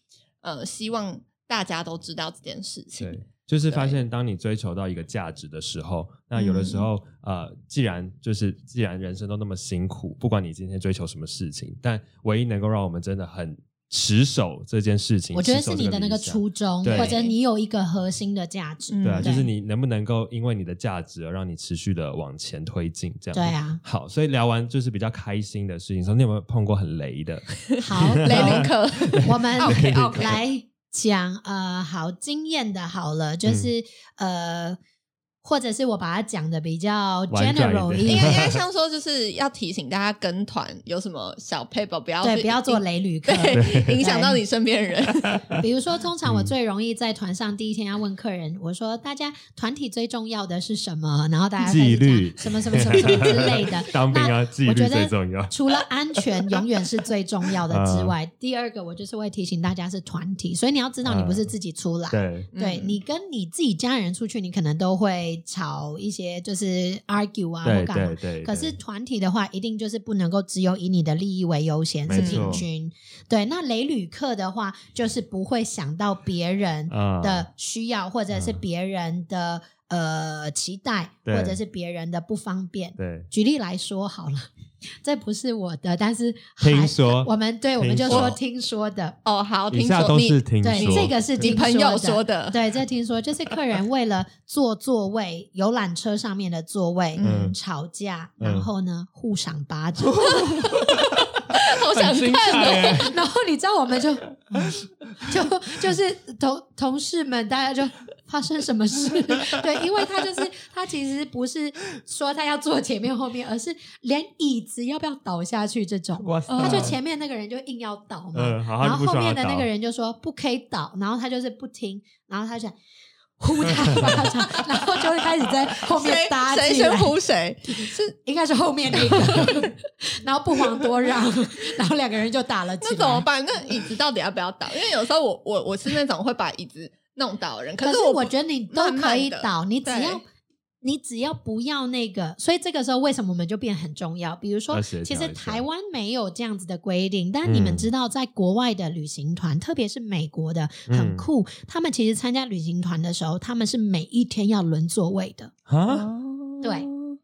C: 呃希望大家都知道这件事情。
B: 对，就是发
C: 对
B: 现当你追求到一个价值的时候，那有的时候、
A: 嗯
B: 呃，既然就是既然人生都那么辛苦，不管你今天追求什么事情，但唯一能够让我们真的很持守这件事情，
A: 我觉得
B: 持守
A: 是你
B: 这
A: 的那个
B: 理想
A: 初衷，
B: 对
A: 或者你有一个核心的价值。
C: 嗯
B: 对啊，
A: 嗯
B: 就是
A: 对
B: 你能不能够因为你的价值而让你持续的往前推进，这样
A: 对。 啊，
B: 好，所以聊完就是比较开心的事情，说你有没有碰过很雷的？
A: 好，
C: 雷林
A: 有
C: 克，
A: 我们
C: OK，OK
A: 来讲呃，好经验的，好了，就是、呃，或者是我把它讲的比较
B: 嗯婉转一
A: general
B: 点
A: 一
C: 应该应
A: 点，
C: 该像说，就是要提醒大家跟团有什么小 paper，不要
A: 对，
C: 去
A: 不要做
C: 影，
A: 雷 旅客。
C: 对，影响到你身边人。
A: 比如说，通常我
B: 嗯
A: 最容易在团上第一天要问客人，我说大家团体最重要的是什么？然后大家开
B: 纪
A: 始
B: 律。
A: 讲什么什么什么什么之类的
B: 当兵啊，
A: 那
B: 纪
A: 我
B: 律
A: 觉
B: 最
A: 得
B: 重要。啊
A: 除了安全永远是最重要的之 外，第二个我就是会提醒大家是团体，所以你要知道你不是自己出来。
B: 啊 对，
A: 对
C: 嗯
A: 你跟你自己家人出去，你可能都会吵一些，就是 argue 啊
B: 对
A: 或干嘛
B: 对。对。
A: 可是
B: 对
A: 团体的话，一定就是不能够只有以你的利益为优先，
B: 没
A: 是
B: 错
A: 平均。对，那雷旅客的话，就是不会想到别人
B: 啊
A: 的需要，或者是别人的、呃期待，
B: 嗯对
A: 或者是别人的不方便。
B: 对，
A: 举例来说好了， 这不是我的，但是还
B: 听说
A: 我们对我们
B: 听
A: 就说
B: 说
A: 听说的，
C: 哦，好，
B: 以
C: 听
B: 下
C: 说
B: 都
C: 你
B: 是听
A: 对，
B: 说，
A: 这个是
C: 你
A: 听
C: 朋友
A: 说
C: 说
A: 的。
C: 的，
A: 对，这听说就是客人为了坐座位，游览车上面的座位、
B: 嗯
A: 吵架，
B: 嗯
A: 然后呢互赏巴掌，
C: 好想
B: 很精
C: 看哦。
B: 彩欸。
A: 然后你知道我们就 就就是同同事们大家就。发生什么 事？对，因为他就是他，其实不是说他要坐前面后面，而是连椅子要不要倒下去这种。
B: 哇塞
A: 他哦就前面那个人就硬要倒嘛，
B: 嗯好他
A: 然
B: 就
A: 后
B: 不
A: 后
B: 希望
A: 面
B: 他
A: 的那
B: 倒
A: 个人就说不可以倒，然后他就是不听，然后他就呼他巴掌，然后就会开始在后面
C: 谁
A: 搭
C: 谁
A: 起来
C: 先，呼谁？是
A: 应该是后面那个，然后不遑多 让，然后两个人就打了起
C: 那
A: 来。
C: 怎么办？那椅子到底要不要倒？因为有时候我我我是那种会把椅子弄倒的人，
A: 可
C: 是
A: 是
C: 我
A: 我觉得你都可以
C: 慢
A: 倒，你只要
C: 对
A: 你只要不要那个，所以这个时候为什么我们就变很重要？比如说
B: 要协，调
A: 其
B: 一
A: 实
B: 下
A: 台湾没有这样子的规定，但你们
B: 嗯
A: 知道，在国外的旅行团，特别是美国的，
B: 嗯
A: 很酷。他们其实参加旅行团的时候，他们是每一天要轮座位的，
C: 不
B: 啊，
C: 哦
A: 对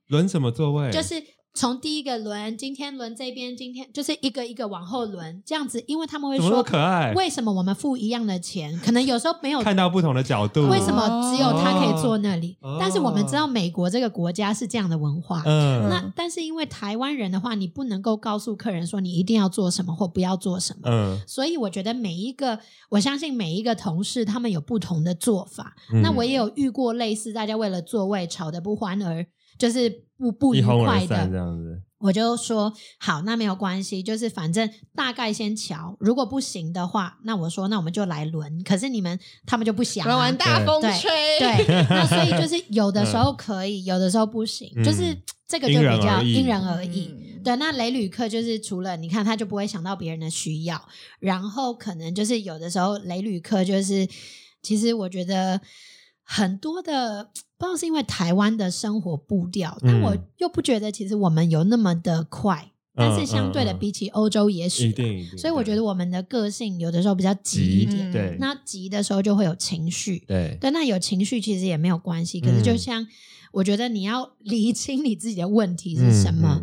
B: 轮什么座位？
A: 就是。从第一个轮，今天轮这边，今天就是一个一个往后轮，这样子，因为他们会
B: 怎么那
A: 说，
B: 么可爱？
A: 为什么我们付一样的钱，可能有时候没有
B: 看到不同的角度，
A: 为什么只有他可以坐那里？
B: 哦
A: 但是我们知道美国这个国家是这样的文化。
B: 嗯？
A: 那但是因为台湾人的话，你不能够告诉客人说你一定要做什么或不要做什么。
B: 嗯
A: 所以我觉得每一个，我相信每一个同事他们有不同的做法。
B: 嗯，
A: 那我也有遇过类似大家为了座位吵得不欢而，就是不不愉
B: 一哄而
A: 快
B: 散
A: 的
B: 这。样子，
A: 我就说好，那没有关系，就是反正大概先瞧，如果不行的话，那我说那我们就来轮。可是你们他们就不想、啊，
C: 玩完大风
A: 对
C: 吹，
A: 对，那所 以就是有的时候可以，有的时候不行，
B: 嗯
A: 就是这个就
B: 因人
A: 比较
B: 而异
A: 因人而异。
C: 嗯，
A: 对，那雷旅客就是除了你看他就不会想到别人的需要，然后可能就是有的时候雷旅客就是其实我觉得很多的不知道是因为台湾的生活步调，但我
B: 嗯
A: 又不觉得其实我们有那么的快，但是
B: 嗯
A: 相对的
B: 嗯
A: 比起欧洲也许
B: 一
A: 啦，
B: 定，一定
A: 所以我觉得我们的个性有的时候比较急一
B: 急
A: 点，
C: 嗯
B: 对
A: 那急的时候就会有情绪，
B: 对
A: 对，那有情绪其实也没有关系，可是就
B: 嗯
A: 像我觉得你要 理清你自己的问题
C: 嗯
A: 是什么。？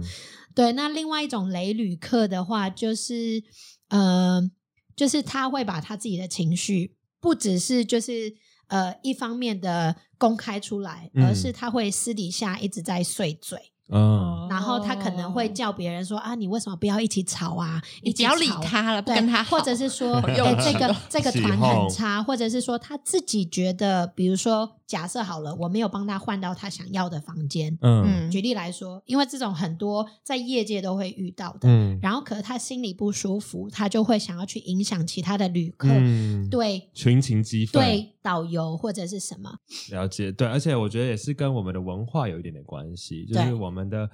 A: 对，那另外一种雷旅客的话，就是呃，就是他会把他自己的情绪，不只是就是呃一方面的公开出来，而
B: 嗯
A: 是他会私底下一直在碎嘴，
B: 嗯
A: 然后他可能会叫别人说啊，你为什么不要一起吵啊？
C: 哦你
A: 一
C: 不
A: 起
C: 要理
A: 吵啊
C: 他了，不
A: 对，
C: 跟他好
A: 或者是说，
B: 好
A: 哎、
B: 幼
A: 这
B: 稚
A: 个
B: 哦
A: 这个
B: 起
A: 团
B: 哄
A: 很差，或者是说他自己觉得，比如说假设好了，我没有帮他换到他想要的房间。
B: 嗯
C: 嗯
A: 举例来说，因为这种很多在业界都会遇到的，
B: 嗯
A: 然后可是他心里不舒服，他就会想要去影响其他的旅客，
B: 嗯，
A: 对
B: 群情激愤，
A: 对，导游或者是什么，
B: 了解，对，而且我觉得也是跟我们的文化有一点点关系，就
A: 对
B: 是我们的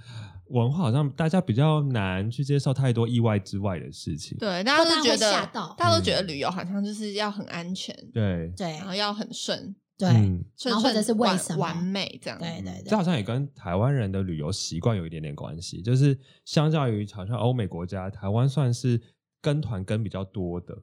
B: 文化好像大家比较难去接受太多意外之外的事情。
C: 对，大家
A: 或
C: 都
A: 他
C: 觉
A: 会
C: 得
A: 吓到
C: 大家都觉
B: 嗯
C: 得旅游好像就是要很安全，
B: 对
A: 对
C: 然后要很顺，
A: 对、
B: 嗯
C: 顺
A: 然后或者是
C: 顺
A: 为
C: 完
A: 什么
C: 完美这样？
A: 对对
B: 这
A: 对，
B: 好像也跟台湾人的旅游习惯有一点点关系，就是相较于好像欧美国家，台湾算是跟团跟比较多的，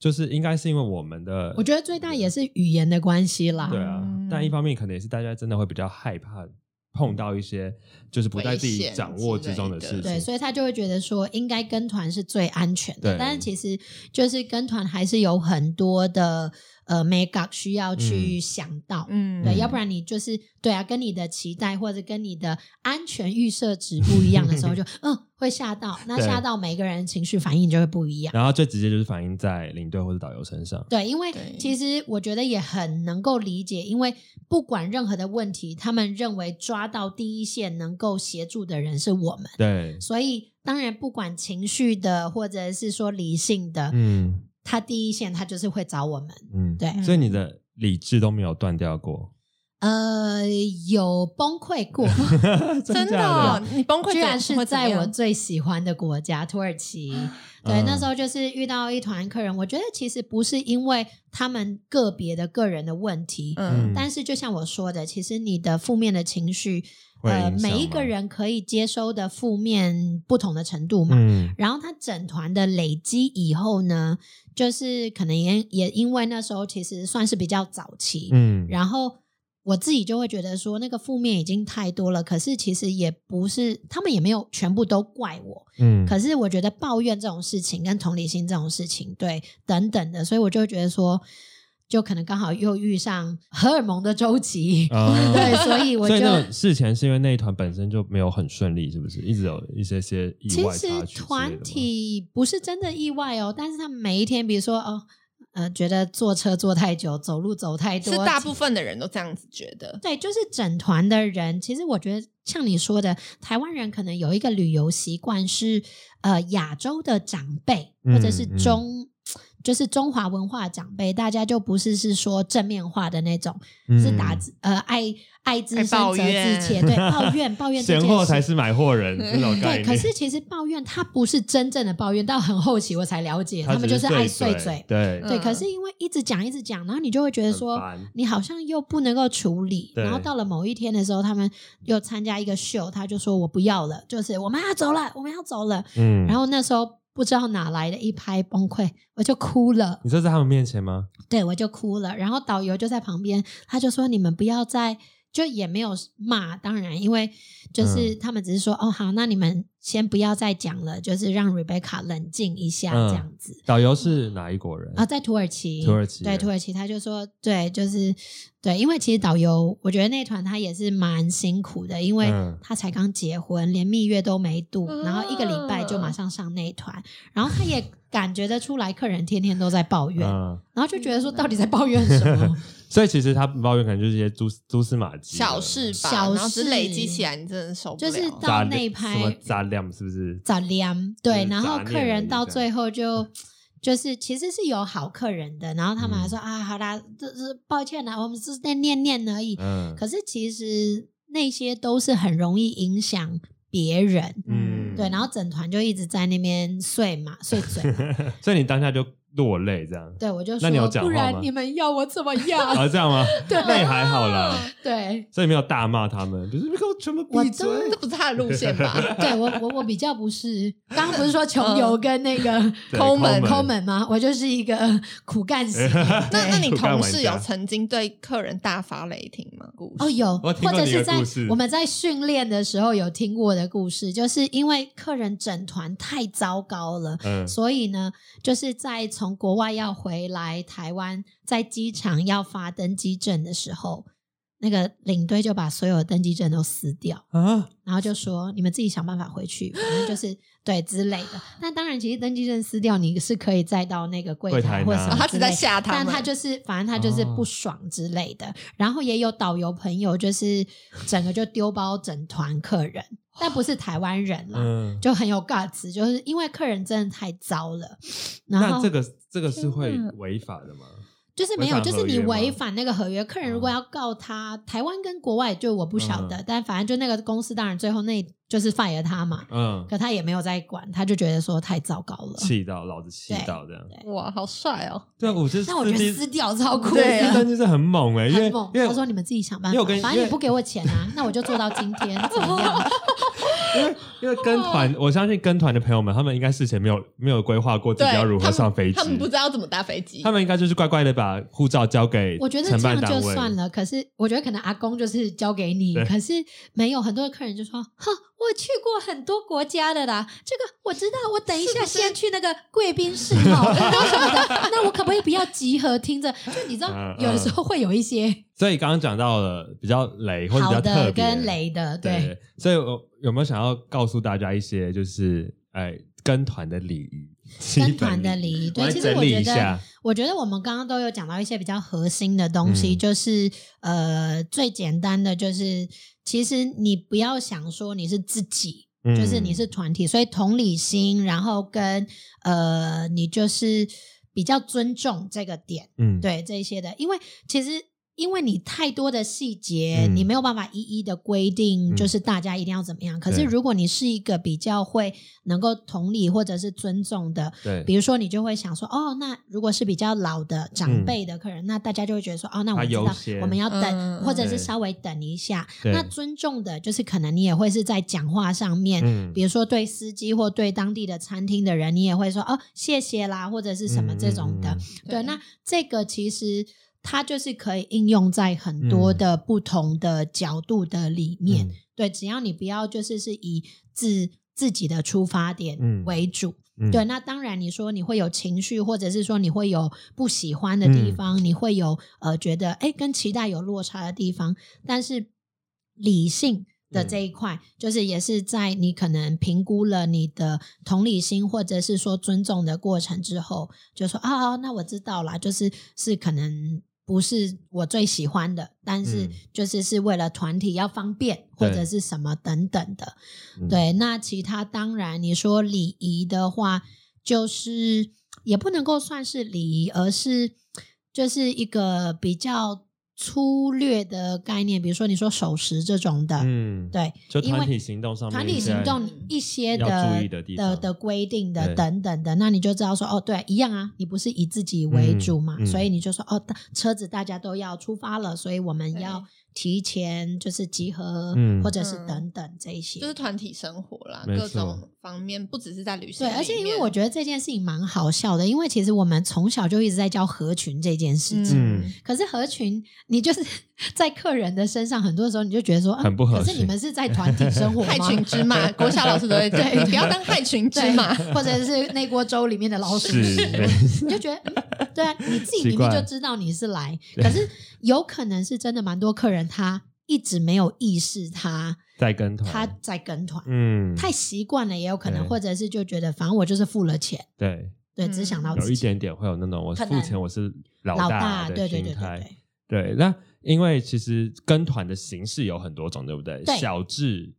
B: 就是应该是因为我们的，
A: 我觉得最大也是语言的关系啦，
B: 对啊，
C: 嗯
B: 但一方面可能也是大家真的会比较害怕碰到一些就是不在自己掌握之中的事情，
A: 对，所以他就会觉得说应该跟团是最安全的
B: 对，
A: 但是其实就是跟团还是有很多的呃 make up 需要去想到。
C: 嗯
A: 对，要不然你就是对啊，跟你的期待或者跟你的安全预设值不一样的时 候就，嗯会吓到。那
B: 对
A: 吓到每个人情绪反应就会不一样。
B: 然后最直接就是反映在领队或者导游身上。
A: 对，因为
C: 对
A: 其实我觉得也很能够理解，因为不管任何的问题，他们认为抓到第一线能够协助的人是我们。
B: 对，
A: 所以当然，不管情绪的或者是说理性的，
B: 嗯
A: 他第一线他就是会找我们。
B: 嗯，
A: 对，
B: 所以你的理智都没有断掉过，
A: 呃，有崩溃过，
B: 真
C: 真的
B: 假
C: 哦，你崩溃
A: 居
C: 怎
A: 然
C: 会
A: 是
C: 怎么
A: 在我
C: 样
A: 最喜欢的国家土耳其。对，
B: 嗯
A: 那时候就是遇到一团客人，我觉得其实不是因为他们个别的个人的问题，
B: 嗯
C: 嗯
A: 但是就像我说的，其实你的负面的情绪，
B: 会
A: 呃，
B: 影响
A: 每一个
B: 吗
A: 人可以接收的负面不同的程度嘛。
B: 嗯
A: 然后他整团的累积以后呢，就是可能也也因为那时候其实算是比较早期，
B: 嗯，
A: 然后我自己就会觉得说那个负面已经太多了，可是其实也不是他们也没有全部都怪我，
B: 嗯
A: 可是我觉得抱怨这种事情跟同理心这种事情，对等等的，所以我就会觉得说，就可能刚好又遇上荷尔蒙的周期。
B: 哦
A: 对，所以我
B: 所以
A: 就
B: 那种事前是因为那一团本身就没有很顺利，是不是？一直有一些些意
A: 其
B: 外
A: 实
B: 插曲之类的吗
A: 团体不是真的意外哦，但是他们每一天，比如说哦，呃，觉得坐车坐太久，走路走太多，
C: 是大部分的人都这样子觉得，
A: 对，就是整团的人。其实我觉得像你说的，台湾人可能有一个旅游习惯是，呃，亚洲的长辈
B: 嗯
A: 或者是中。就是中华文化的长辈，大家就不是是说正面化的那种，是打
B: 嗯
A: 字呃爱爱之
C: 爱
A: 深
C: 抱
A: 责之
C: 怨
A: 切，对 抱怨抱怨这
B: 闲
A: 件
B: 货
A: 事
B: 才是买 货人这种概
A: 对，
B: 念。
A: 可是其实抱怨他不是真正的抱怨，到很后期我才了解，他们就
B: 只
A: 爱
B: 碎
A: 碎嘴。
B: 对，
C: 嗯
A: 对，可是因为一直讲一直讲，然后你就会觉得
B: 很
A: 说
B: 烦
A: 你好像又不能够处理。
B: 对
A: 然后到了某一天的时候，他们又参加一个秀，他就说我不要了，就是我们要走了，我们要走了。
B: 嗯
A: 然后那时候不知道哪来的一拍崩溃，我就哭了。
B: 你这在他们面前吗？
A: 对，我就哭了。然后导游就在旁边，他就说：“你们不要再……”就也没有骂，当然，因为
B: 嗯
A: 就是他们只是说：“哦，好，那你们先不要再讲了，就是让 Rebecca 冷静一下，
B: 嗯
A: 这样子。
B: 导游是哪一国人
A: 啊，？在土耳其，
B: 土耳其
A: 对
B: 人
A: 土耳其，他就说，对，就是对，因为其实导游，我觉得那团他也是蛮辛苦的，因为
B: 嗯
A: 他才刚结婚，连蜜月都没度，然后一个礼拜就马
C: 啊
A: 上上那一团，然后他也感觉得出来，客人天天都在抱怨，
B: 嗯，
A: 然后就觉得说，到底在抱怨什么？
B: 所以其实他抱怨可能就是一些蛛蛛丝马迹的
C: 小事吧，
A: 小
C: 然后只
A: 事
C: 累积起来，你真的受不
A: 就
C: 了。
A: 是到
B: 杂
A: 内
B: 什么
A: 拍
B: 杂粮是不是？
A: 杂粮，
B: 就是
A: 对，然
B: 嗯杂
A: 后
B: 念
A: 客
B: 而
A: 人
B: 已
A: 到
B: 这样
A: 最后就就是其实是有好客人的，然后他们
B: 嗯
A: 还说、啊，好啦，这这抱歉啦，我们是在念念而已。
B: 嗯
A: 可是其实那些都是很容易影响别人，
B: 嗯
A: 对，然后整团就一直在那边碎嘛，碎嘴嘛。
B: 所以你当下就落泪这样。
A: 对我就
B: 那你有
A: 说，
B: 讲
A: 不
B: 话
A: 然
B: 吗
A: 你们要我怎么样？
B: 啊，这样吗？
A: 对
B: 那也还好啦。
A: 对。
B: 所以没有大骂他们，就是你给我全部闭嘴。
A: 我
C: 这不是他的路线吧？
A: 对我我我比较不是，刚刚不是说穷游跟那个
B: 对
A: 抠门
B: 抠门
A: 抠门吗？我就是一个 苦干型。
C: 那那你
B: 不干
C: 同
B: 玩
C: 事
B: 家
C: 有曾经对客人大发雷霆吗？故事
A: 哦，有，
B: 我听
A: 或
B: 过
A: 者
B: 你
A: 是
B: 的
A: 在
B: 故事
A: 我们在训练的时候有听过的故事，就是因为客人整团太糟糕了，
B: 嗯，
A: 所以呢，就是在从国外要回来台湾，在机场要发登机证的时候，那个领队就把所有的登机证都撕掉，
B: 啊，
A: 然后就说你们自己想办法回去，反正就是 对之类的。那当然，其实登机证撕掉，你是可以再到那个柜
B: 柜
A: 台
B: 台
A: 或
B: 拿哦
A: 什
C: 哦
A: 么
C: 他
A: 之
C: 只
A: 类
C: 在吓他
A: 但
C: 们，
A: 他就是，反正他就是不爽之类的。然后也有导游朋友，就是整个就丢包整团客人，但不是台湾人啦，
B: 嗯，
A: 就很有 guts，就是因为客人真的太糟了。然
B: 那
A: 后
B: 这个这个是会
C: 天哪
B: 违法的吗？
A: 就是没有，
B: 违反
A: 就是
B: 合
A: 你
B: 约吗
A: 违反那个合约，客人如果要告他，台湾跟国外就我不晓得，
B: 嗯
A: 但反正就那个公司当然最后那就是 fire 他嘛，
B: 嗯，
A: 可他也没有在管，他就觉得说太糟糕了。
B: 气到老子气到这样。
C: 哇，好帅哦！
B: 对啊，我觉得
A: 但我觉
B: 司机
A: 得撕掉超酷
C: 对
A: 的
C: 啊。
B: 但就是很猛哎，因为
A: 很猛。
B: 因为
A: 他说你们自己想办
B: 因为
A: 法
B: 我跟，
A: 反
B: 因
A: 正
B: 为
A: 你不给我钱啊，那我就做到今 天，怎么样？
B: 因为因为跟
A: 哦
B: 团，我相信跟团的朋友们，他们应该事前没有没有规划过自
C: 对，
B: 己要如
C: 他
B: 何
C: 们
B: 上飞机
C: 他，们不知道怎么搭飞机
B: 他。们应该就是乖乖的把护照交给
A: 我觉得
B: 承
A: 这
B: 办
A: 样
B: 单
A: 就
B: 位
A: 算了。可是我觉得可能阿公就是交给你，
B: 对
A: 可是没有很多的客人就说：“哼，我去过很多国家的啦，这个我知道，我等一下先去那个贵宾室 哦，然后什么的。那我可不可以不要集合听着？就你知道
B: 嗯，
A: 有的时候会有一些
B: 所以刚刚讲到了比较雷或者
A: 好
B: 比较特
A: 的
B: 别
A: 跟雷的，对。
B: 对，所以我有没有想要告诉大家一些就是哎跟团的礼仪，
A: 跟
B: 基本
A: 团的礼仪，
B: 我
A: 对，
B: 来
A: 其实
B: 整
A: 我
B: 理
A: 觉
B: 一
A: 得
B: 下，
A: 我觉得我们刚刚都有讲到一些比较核心的东西，
B: 嗯
A: 就是呃，最简单的就是，其实你不要想说你是自己，
B: 嗯
A: 就是你是团体，所以同理心，然后跟呃，你就是比较尊重这个点，
B: 嗯，
A: 对这一些的，因为其实。因为你太多的细节，
B: 嗯
A: 你没有办法一一的规定，
B: 嗯
A: 就是大家一定要怎么样。可是
B: 对
A: 如果你是一个比较会能够同理或者是尊重的，
B: 对
A: 比如说，你就会想说，哦，那如果是比较老的长辈的客人，那大家就会觉得说，哦，那我
B: 嗯他
A: 们知
B: 优
A: 道
B: 先
A: 我们要等，
C: 嗯嗯
A: 或者是
B: 对
A: 稍微等一下。
B: 对
A: 那尊重的，就是可能你也会是在讲话上面，
B: 嗯
A: 比如说对司机或对当地的餐厅的人，你也会说，哦，谢谢啦，或者是什么这种的。
B: 嗯嗯
A: 对，那这个其实它就是可以应用在很多
B: 嗯
A: 的不同的角度的里面。
B: 嗯
A: 对，只要你不要就是是以自自己的出发点
B: 嗯
A: 为主。
B: 嗯
A: 对，那当然，你说你会有情绪，或者是说你会有不喜欢的地
B: 嗯
A: 方，你会有呃觉得哎跟期待有落差的地方，但是理性的
B: 嗯
A: 这一块，就是也是在你可能评估了你的同理心或者是说尊重的过程之后，就说啊、哦那我知道啦，就是是可能不是我最喜欢的，但是
B: 嗯
A: 就是是为了团体要方便或
B: 对
A: 者是什么等等的。
B: 嗯
A: 对，那其他当然你说礼仪的话，就是也不能够算是礼仪，而是就是一个比较粗略的概念，比如说你说守时这种的，
B: 嗯，
A: 对，
B: 就
A: 因
B: 团
A: 为
B: 体行动上面
A: 团
B: 一
A: 体
B: 些
A: 行动一些
B: 要
A: 的
B: 注意的地
A: 的
B: 方
A: 规定的
B: 对
A: 等等的，那你就知道说哦，对，一样啊，你不是以自己为主嘛，
B: 嗯嗯
A: 所以你就说哦，大车子大家都要出发了，所以我们
C: 对
A: 要提前就是集合，
B: 嗯
A: 或者是
C: 嗯
A: 等等这一些，
C: 就是团体生活啦，
B: 没
C: 各
B: 错
C: 种方面，不只是在旅行
A: 对，
C: 里面。
A: 而且因为我觉得这件事情蛮好笑的，因为其实我们从小就一直在教合群这件事情。
B: 嗯
A: 可是合群，你就是在客人的身上，很多时候你就觉得说、啊
B: 很不合
A: 可是你
B: 群
A: 们是在团体生 活吗？
C: 害群之马， 国小老师都会讲
A: 对，
C: 不要当害群之
A: 对
C: 马。，
A: 或者是那锅粥里面的老鼠
B: 是
A: 屎，
B: 没
A: 你就觉得嗯对 啊，你自己明
B: 奇
A: 明
B: 怪
A: 就知道你是来，可是有可能是真的蛮多客人他一直没有意识他
B: 在跟团，
A: 他在跟团，
B: 嗯，
A: 太习惯了也有可能，
B: 对
A: 或者是就觉得反正我就是付了钱，
B: 对，
A: 对，
C: 嗯
A: 只想到
B: 有
A: 自
B: 一
A: 己。
B: 点点会有那种我
A: 很
B: 付
A: 难
B: 钱我是老
A: 老
B: 大
A: 对
B: 的
A: 对
B: 心
A: 对对
B: 态，
A: 对，
B: 对，那因为其实跟团的形式有很多种，对不对？
A: 对
B: 小至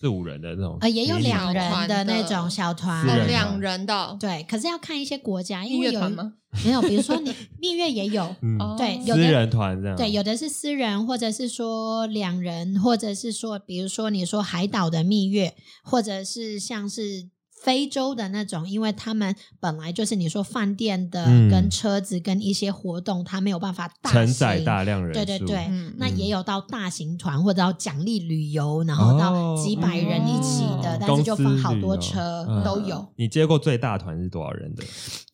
B: 四五人的那种，
A: 呃，也有
B: 迷你
A: 两人
C: 团
A: 的
C: 的
A: 那种小团
B: 私，
C: 哦，
B: 人团
C: 两人的
A: 对，可是要看一些国家，因
C: 音
A: 为
C: 乐
A: 有
C: 团吗？
A: 没有，比如 说你蜜月也有，
B: 嗯，
C: 哦
A: 对有
B: 私
A: 的
B: 人团这样，
A: 对，有的是私人，或者是说两人，或者是说，比如说你说海岛的蜜月，或者是像是。非洲的那种，因为他们本来就是你说饭店的
B: 嗯
A: 跟车子跟一些活动，他没有办法大
B: 承
A: 型
B: 载大量人数，
A: 对对对，
C: 嗯
A: 那
B: 嗯
A: 也有到大型团或者到奖励旅游，然后到
B: 哦
A: 几百人一起的，
C: 哦
A: 但是就
B: 公
A: 分
B: 司
A: 好
B: 旅游
A: 多车、
B: 嗯
A: 都有，
B: 你接过最大团是多少 人的？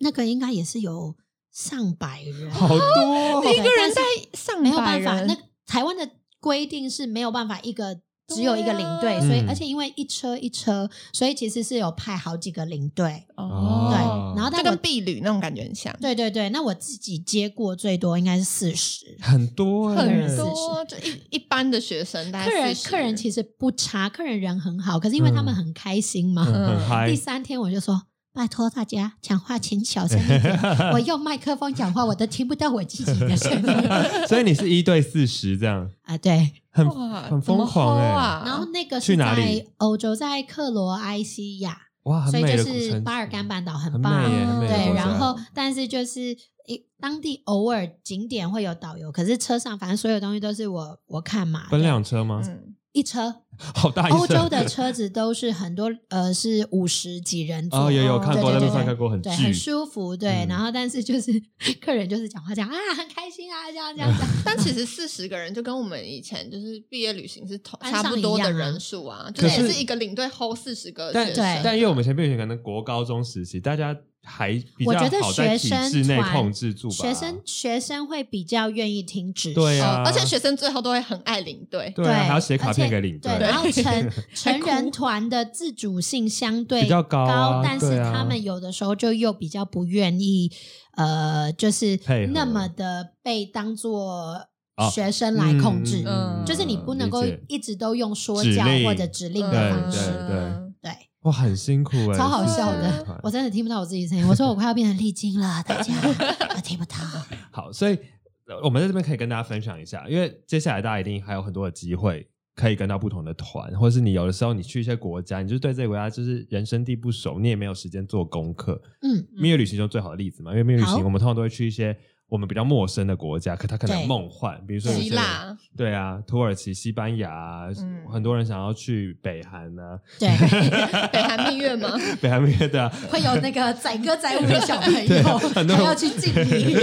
A: 那个应该也是有上百人，
B: 好多哦，
A: 对
C: 一个人
A: 但是
C: 带上
A: 没有
C: 百
A: 办法。
C: 人
A: 那台湾的规定是没有办法一个。只有一个领队，
C: 对啊
A: 所以
B: 嗯
A: 而且因为一车一车，所以其实是有派好几个领队。
B: 哦
A: 对，
B: 哦
A: 然后但
C: 就
A: 我
C: 跟婢女那种感觉很像，
A: 对对对，那我自己接过最多应该是四十。
B: 很多欸，
A: 客人
C: 很
A: 是
C: 多就一一般的学生，大概
A: 客人
C: 40
A: 客人其实不差，客人人很好，可是因为他们
B: 嗯
A: 很开心嘛，
B: 嗯很
C: 嗯
B: 嗨
A: 第。三天我就说，拜托大家讲话请小声一点， 我用麦克风讲话我都听不到我自己的声 音
B: 所以你是一对四十这样，
A: 啊。 对，
B: 很
C: 哇
B: 很疯狂
C: 怎么
B: 哎、
C: 齁啊
A: 然后那个
B: 去
A: 是
B: 哪里
A: 在欧洲，在克罗埃西亚，
B: 哇，很
A: 所以
B: 美
A: 就
B: 的古
A: 是
B: 城，
A: 巴尔干半岛很
B: 很美
A: 棒。
B: 耶，很美的
A: 对，
B: 国
A: 然
B: 家
A: 后但是就是。一当地偶尔景点会有导游，可是车上反正所有东西都是我我看嘛，
B: 分
A: 对
B: 两车吗？
C: 嗯，
A: 一车，
B: 好大一车，
A: 欧洲的车子都是很多呃是五十几人坐，
B: 哦，有有看过，在
A: 对对
B: 路
A: 对
B: 上
A: 对
B: 看过，很巨
A: 对，，很舒服，对。
B: 嗯
A: 然后，但是就是 客人就是讲话讲啊，很开心啊，这样这样 这样。
C: 但其实四十个人就跟我们以前就是毕业旅行是同
A: 班上
C: 差不多的
A: 一样啊
C: 人数啊，
B: 可
C: 就是也是一个领队 hold 四十个
B: 但
C: 学
A: 对
C: 生，
B: 但因为我们以前变成可能国高中时期，大家还比
A: 我
B: 较
A: 觉得
B: 好在
A: 学
B: 体
A: 生
B: 制内
A: 团
B: 控制住吧，
A: 学生学生会比较愿意听指示，
B: 对
C: 哦，
B: 啊
C: 而且学生最后都会很爱领队，
B: 对啊还要写卡片给领队
A: 而且对，然后成
C: 还
A: 成
C: 哭
A: 人团的自主性相对
B: 比较高啊
A: 但是
B: 对啊
A: 他们有的时候就又比较不愿意，呃，就是
B: 配合
A: 那么的被当做
B: 哦
A: 学生来控制，
C: 嗯嗯
A: 就是你不能够一直都用说
B: 指
A: 教
B: 令
A: 或者指令的
B: 对
A: 方
B: 对
A: 式，
B: 对
C: 嗯
A: 对。
B: 哇，很辛苦哎、
A: 超好笑
B: 四十人
A: 的
B: 团，
A: 我真的听不到我自己声音。我说我快要变成丽晶 了，大家我听不到。
B: 好，所以呃我们在这边可以跟大家分享一下，因为接下来大家一定还有很多的机会可以跟到不同的团，或是你有的时候你去一些国家，你就对这个国家就是人生地不熟，你也没有时间做功课。
A: 嗯，
B: 蜜月旅行就最好的例子嘛，因为蜜月旅
A: 好
B: 行我们通常都会去一些我们比较陌生的国家，可它可能
A: 对
B: 很梦幻，比如说有
C: 希
B: 些人
C: 腊，
B: 对啊，土耳其、西班牙啊、
C: 嗯
B: 很多人想要去北韩啊，
A: 对，
C: 北韩蜜月吗？
B: 北韩蜜月对啊，
A: 会有那个载歌载舞的小朋
B: 对
A: 友，
B: 很多
A: 还
B: 人
A: 要去敬 礼。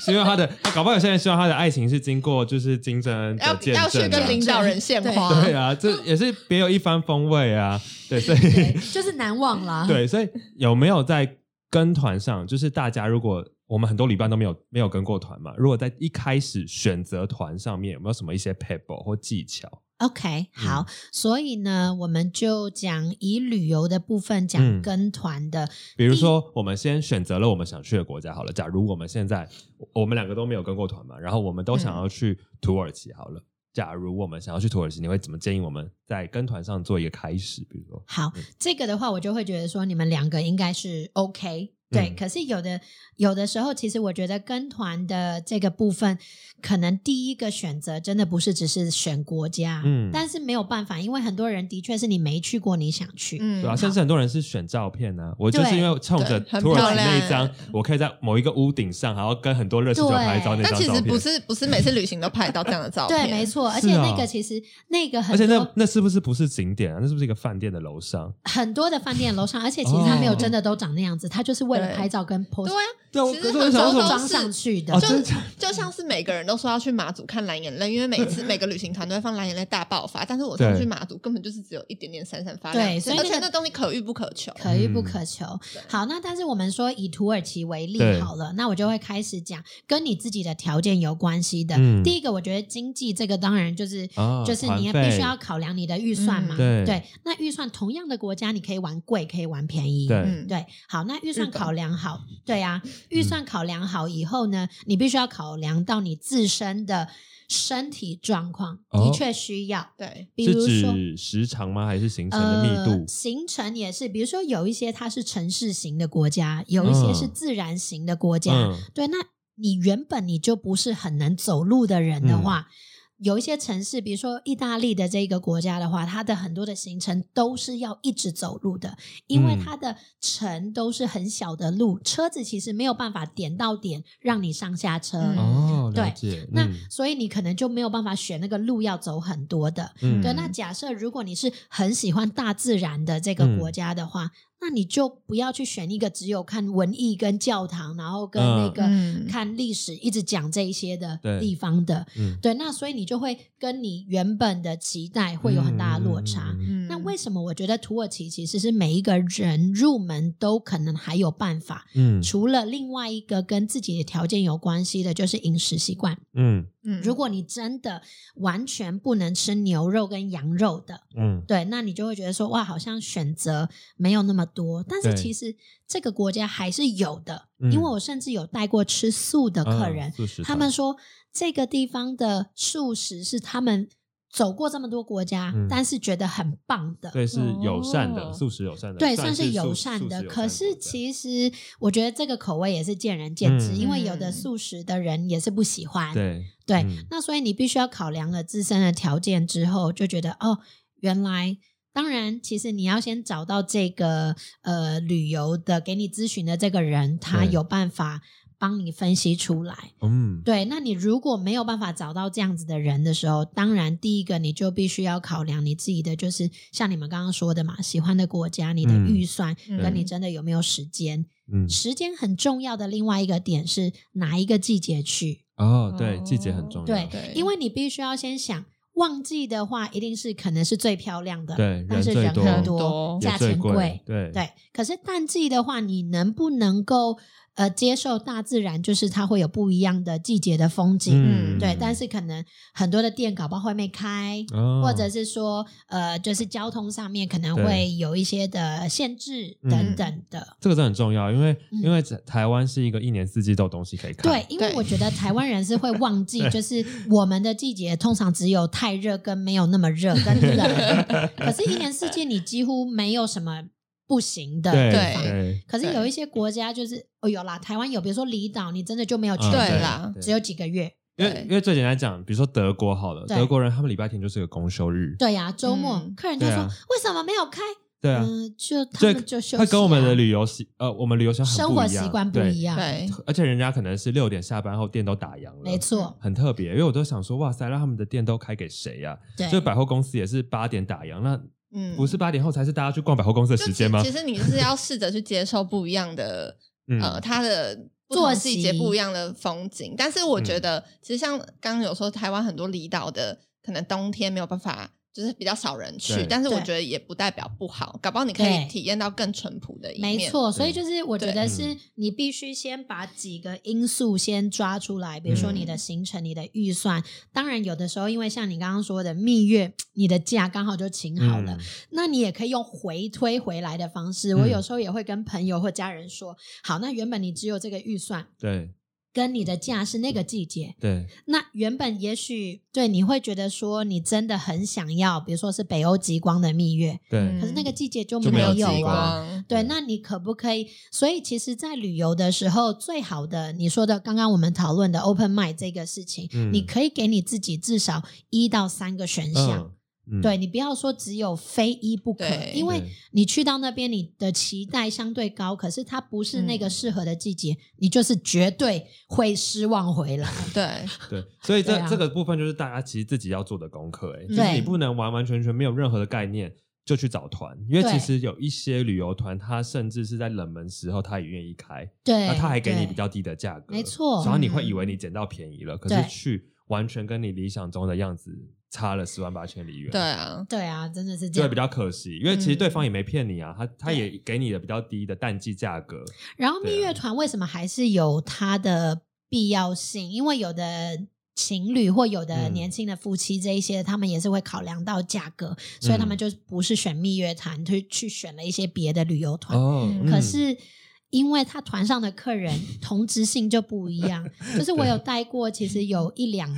B: 希望他的，搞不好有些人希望他的爱情是经过就是竞争的
C: 要
B: 见证、啊，
C: 要去跟领导人献花，
B: 对啊，这也是别有一番风味啊。对，所以
A: 对，就是难忘啦。
B: 对，所以有没有在跟团上，就是大家如果我们很多旅伴都没有没有跟过团嘛，如果在一开始选择团上面有没有什么一些 pebble 或技巧？
A: ，OK，好，
B: 嗯
A: 所以呢，我们就讲以旅游的部分
B: 嗯
A: 讲跟团的，
B: 比如说，我们先选择了我们想去的国家好了。假如我们现在我们两个都没有跟过团嘛，然后我们都想要去土耳其好了。假如我们想要去土耳其，你会怎么建议我们在跟团上做一个开始？比如说，
A: 好
B: 嗯，
A: 这个的话，我就会觉得说你们两个应该是 OK。对，
B: 嗯
A: 可是有的有的时候，其实我觉得跟团的这个部分，可能第一个选择真的不是只是选国家，
B: 嗯
A: 但是没有办法，因为很多人的确是你没去过，你想去，
C: 嗯
B: 对啊，甚至很多人是选照片呢、我就是因为冲着
C: 对很
B: 土耳其
C: 漂
B: 那
C: 亮
B: 一张，我可以在某一个屋顶上，然后跟很多热气球拍照那
C: 但
B: 张
C: 其
B: 照
C: 实
B: 片。
C: 不是不是每次旅行都拍得到这样的照片，
A: 对，没错。而
B: 是
A: 且
B: 啊
A: 那个其实、那个
B: 而
A: 很
B: 且
A: 多
B: 那那是不是不是景点啊？那是不是一个饭店的楼上？
A: 很多的饭店楼上，而且其
B: 哦
A: 实它没有真的都长那样子，它就是为了
C: 对
A: 拍照跟 pose
C: 对啊，
B: 对啊，我
C: 其
B: 可
C: 实
B: 是我
C: 很
B: 就想
C: 多
B: 说
C: 都
B: 什
A: 装
B: 么
A: 上去的。
B: 哦，
C: 就
B: 真的假的
C: 就像是每个人都说要去马祖看蓝眼泪，因为每 次每个旅行团都会放蓝眼泪大爆发，但是我上
B: 对
C: 去马祖根本就是只有一点点闪闪发亮，
A: 对所以
C: 而
A: 那
C: 且
A: 个
C: 那东西可遇不可求。
A: 可遇不
B: 嗯
A: 可求。
C: 对
A: 好，那但是我们说以土耳其为例
B: 对
A: 好了，那我就会开始讲跟你自己的条件有关系的。
B: 嗯
A: 第一个，我觉得经济这个当然就是、
B: 啊
A: 就是你也
B: 团费
A: 必须要考量你的预算嘛。
B: 嗯对
A: 那预算同样的国家，你可以玩贵，可以玩便宜。
B: 对嗯
C: 嗯，
A: 对好，那预
C: 日
A: 算
C: 本
A: 考量好， 对啊，预算考量好以后呢，你必须要考量到你自身的身体状况，
B: 哦
A: 的确需要。
C: 对，
A: 比
B: 是
A: 如说，
B: 指时长吗？还是行程的密度
A: 呃、？行程也是，比如说有一些它是城市型的国家，有一些是
B: 嗯
A: 自然型的国家。
B: 嗯，
A: 对，那你原本你就不是很能走路的人的话，
B: 嗯
A: 有一些城市，比如说意大利的这个国家的话，它的很多的行程都是要一直走路的，因为
B: 嗯
A: 它的城都是很小的路，车子其实没有办法点到点让你上下车。
C: 嗯
B: 哦，
A: 对
B: 了解。
A: 那、
B: 嗯
A: 所以你可能就没有办法选那个路要走很多的，
B: 嗯嗯
A: 对，那假设如果你是很喜欢大自然的这个国家的话，那你就不要去选一个只有看文艺跟教堂，然后跟
B: 嗯
A: 那个
C: 嗯
A: 看历史一直讲这一些的
B: 对
A: 地方的。
B: 嗯，
A: 对，那所以你就会跟你原本的期待会有很大的落差。
B: 嗯
C: 嗯
A: 那为什么我觉得土耳其其实是每一个人入门都可能还有办法，
B: 嗯
A: 除了另外一个跟自己的条件有关系的，就是饮食习惯。
B: 嗯
C: 嗯
A: 如果你真的完全不能吃牛肉跟羊肉的，
B: 嗯
A: 对，那你就会觉得说哇，好像选择没有那么多。但是
B: 对
A: 其实这个国家还是有的，
B: 嗯
A: 因为我甚至有带过吃素的客
B: 嗯
A: 人，
B: 素食
A: 他
B: 堂
A: 们说这个地方的素食是他们走过这么多国家，
B: 嗯
A: 但是觉得很棒的。
B: 对是友善的
C: 哦
B: 素食友善的，
A: 对，
B: 算
A: 算是友
B: 素
A: 善
B: 素
A: 的。
B: 食友
A: 可是
B: 国家
A: 其实我觉得这个口味也是见仁见智，
B: 嗯
A: 因为有的
C: 嗯
A: 素食的人也是不喜欢。
B: 对
A: 对
B: 嗯
A: 那所以你必须要考量了自身的条件之后，就觉得哦，原来。当然，其实你要先找到这个呃旅游的给你咨询的这个人，他
B: 对
A: 有办法帮你分析出来。
B: 嗯
A: 对，那你如果没有办法找到这样子的人的时候，当然第一个你就必须要考量你自己的，就是像你们刚刚说的嘛，喜欢的国家、你的
B: 嗯
A: 预算，跟你
C: 嗯
A: 真的有没有时间。
B: 嗯
A: 时间很重要的另外一个点是哪一个季节去？
B: 哦对季节很重要，
A: 对，
C: 对
A: 因为你必须要先想。旺季的话，一定是可能是最漂亮的，
B: 对
A: 但
B: 人
A: 是
B: 最
A: 人
B: 多
A: 很
B: 人
A: 多
C: 多，
B: 也
A: 价
B: 最
A: 钱贵，
B: 对
A: 对。可是淡季的话，你能不能够呃接受大自然？就是它会有不一样的季节的风景，
C: 嗯
A: 对，但是可能很多的店搞不好会没开，
B: 哦
A: 或者是说，呃，就是交通上面可能
B: 对
A: 会有一些的限制
B: 嗯
A: 等等的。
B: 这个真的很重要，因为
A: 嗯
B: 因为在台湾是一个一年四季都有东西可以看，
A: 对，因为
C: 对
A: 我觉得台湾人是会忘记，就是我们的季节通常只有太热跟没有那么 热跟冷，可是一年四季你几乎没有什么不行的地
B: 对
A: 方。
B: 对
A: 可是有一些国家就是，哦，有啦，台湾有，比如说离岛，你真的就没有去
B: 嗯
A: 过，
C: 对啦
A: 哦只有几个月。
B: 因为
C: 对
B: 因为最简单讲，比如说德国好了，
A: 对
B: 德国人他们礼拜天就是个公休日，
A: 对呀、周末、
C: 嗯
A: 客人就
B: 对
A: 说、
B: 啊
A: 为什么没有开？
B: 对啊，
A: 嗯，就他
B: 这
A: 们就休息、啊，
B: 会跟我们的旅游习呃，我们旅游习惯很
A: 生
B: 不
A: 活
B: 一
A: 习
B: 样
A: 惯不一，样，
C: 对
B: 对而且人家可能是六点下班后店都打烊了，
A: 没，错，
B: 很特别。因为我都想说，哇塞，那他们的店都开给谁啊呀？
A: 对，
B: 就百货公司也是八点打烊，那
C: 嗯
B: 不是八点后才是大家去逛百货公司的
C: 就
B: 时
C: 其
B: 间吗
C: 其？实你是要试着去接受不一样的，
B: 嗯
C: 呃，它的。不
A: 作
C: 同季节
A: 息
C: 不一样的风景，但是我觉
B: 嗯
C: 得，其实像刚刚有说，台湾很多离岛的，可能冬天没有办法，就是比较少人去
B: 对，
C: 但是我
A: 对
C: 觉得也不代表不好，搞不好你可以
A: 对
C: 体验到更淳朴的一面。
A: 没，错。所以就是我觉得
B: 对嗯
A: 是你必须先把几个因素先抓出来，比如说
B: 嗯
A: 你的行程、你的预算。当然，有的时候因为像你刚刚说的蜜月，你的假刚好就请好了，，那你也可以用回推回来的方式。我
B: 嗯
A: 有时候也会跟朋友或家人说，好，那原本你只有这个预算。
B: 对
A: 跟你的假是那个季节，
B: 对
A: 那原本也许对你会觉得说你真的很想要，比如说是北欧极光的蜜月，
B: 对
C: 嗯
A: 可是那个季节就
B: 就
A: 没
B: 没有
A: 有
B: 极
A: 啊。
B: 光
A: 对，
B: 对
A: 那你可不可以？所以其实，在旅游的时候，最好的你说的刚刚我们讨论的 open mind 这个事情，
B: 嗯
A: 你可以给你自己至少一到三个选项。
B: 嗯嗯
A: 对你不要说只有非一不可，
C: 对
A: 因为
B: 对
A: 你去到那边，你的期待相对高，可是它不是那个
C: 嗯
A: 适合的季节，你就是绝对会失望回来。
C: 对，
B: 对，所以这、
A: 对啊
B: 这个部分就是大家其实自己要做的功课、欸，就是
A: 对
B: 你不能完完全全没有任何的概念就去找团，因为
A: 对
B: 其实有一些旅游团，他甚至是在冷门时候他也愿意开，
A: 对，
B: 那他还给你
A: 对
B: 比较低的价格，
A: 没错
B: 然后你会以为你捡到便宜了，可
A: 对
B: 是去完全跟你理想中的样子差了十万八千里远，
C: 对。啊，
A: 对啊，真的是这
B: 就会
A: 样
B: 比。较可惜，因为其实
C: 嗯
B: 对方也没骗你啊，他他
A: 对
B: 也给你的比较低的淡季价格，
A: 然后蜜
B: 对啊
A: 月团为什么还是有它的必要性？因为有的情侣或有的
B: 嗯
A: 年轻的夫妻这一些，他们也是会考量到价格，所以他们
B: 嗯
A: 就不是选蜜月团，去去选了一些别的旅游团。
B: 哦
C: 嗯
A: 可是。因为他团上的客人同质性就不一样，就是我有带过，其实有一两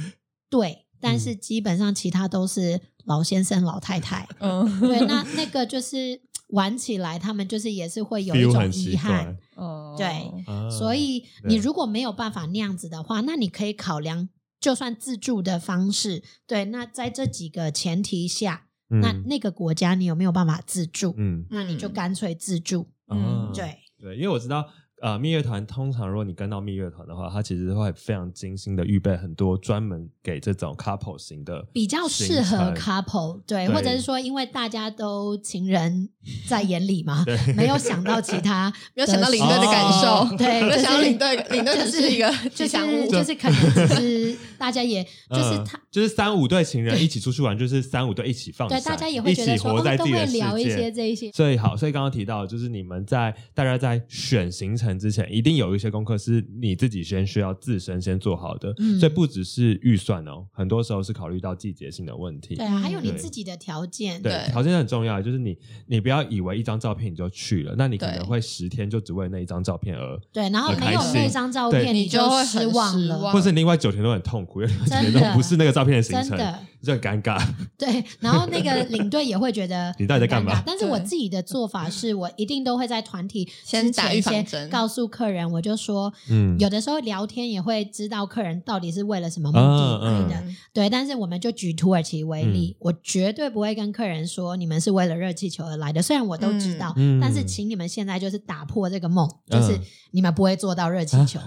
A: 对，但
B: 嗯
A: 是基本上其他都是老先生、老太太。
B: 哦
C: 嗯，
A: 对， 那那个就是玩起来，他们就是也是会有一种遗憾，，
C: 哦
A: 对
B: 啊
A: 所以你
B: 对
A: 如果没有办法那样子的话，那你可以考量就算自助的方式。对，那在这几个前提下，
B: 嗯
A: 那那个国家你有没有办法自助？
B: 嗯
A: 那你就
C: 嗯
A: 干脆自助。
B: 啊
C: 嗯
A: 对
B: 对，因为我知道，呃，蜜月团通常如果你跟到蜜月团的话，它其实会非常精心的预备很多专门给这种 couple 型的，
A: 比较适合
B: couple。
A: couple，对，
B: 对
A: 或者是说，因为大家都情人在眼里嘛，没有想到其他
C: 没有想到领队的感受，
A: 哦对，
C: 没有想
A: 就
C: 到
A: 是
C: 领队，领队只是一个
A: 就
C: 吉
A: 是
C: 祥物，
A: 就是可能只 是大家也就是
B: 嗯
A: 他。
B: 就是三五对情人一起出去玩，就是三五对一起放
A: 对，
B: 闪，
A: 大家也会觉得
B: 一起
A: 说，
B: 活
A: 哦，
B: 在
A: 都
B: 自己
A: 会
B: 的世界。
A: 聊一些这一些，
B: 所以好，所以刚刚提到，就是你们在大家在选行程之前，一定有一些功课是你自己先需要自身先做好的，
A: 嗯
B: 所以不只是预算哦，很多时候是考虑到季节性的问题。
A: 对啊，还有你
B: 对
A: 自己的条件，
B: 对
C: 对
B: 条件很重要，就是你你不要以为一张照片你就去了，那你可
C: 对
B: 能会十天就只为那一张照片而，
A: 对，然后
B: 很
A: 没有
B: 开心
A: 那张照
B: 对
A: 片，
C: 你就会
A: 就
C: 很
A: 失望
C: 失
A: 了，
C: 望
B: 或是另外九天都很痛苦，因为九天都
A: 真的
B: 不是那个照片的行
A: 真
B: 程，
A: 的。
B: 就很尴尬。
A: 对，然后那个领队也会觉得
B: 你到底在干嘛
A: 很尴尬但是我
C: 对
A: 自己的做法是我一定都会在团体
C: 先
A: 之
C: 打
A: 前
C: 预防
A: 先
C: 针
A: 告诉客人，我就说，
B: 嗯，
A: 有的时候聊天也会知道客人到底是为了什么目的
B: 嗯
A: 来的，对。但是我们就举土耳其为例，我绝对不会跟客人说你们是为了热气球而来的，虽然我都知道，
B: 嗯嗯
A: 但是请你们现在就是打破这个梦，
B: 嗯啊
A: 就是你们不会做到热气球，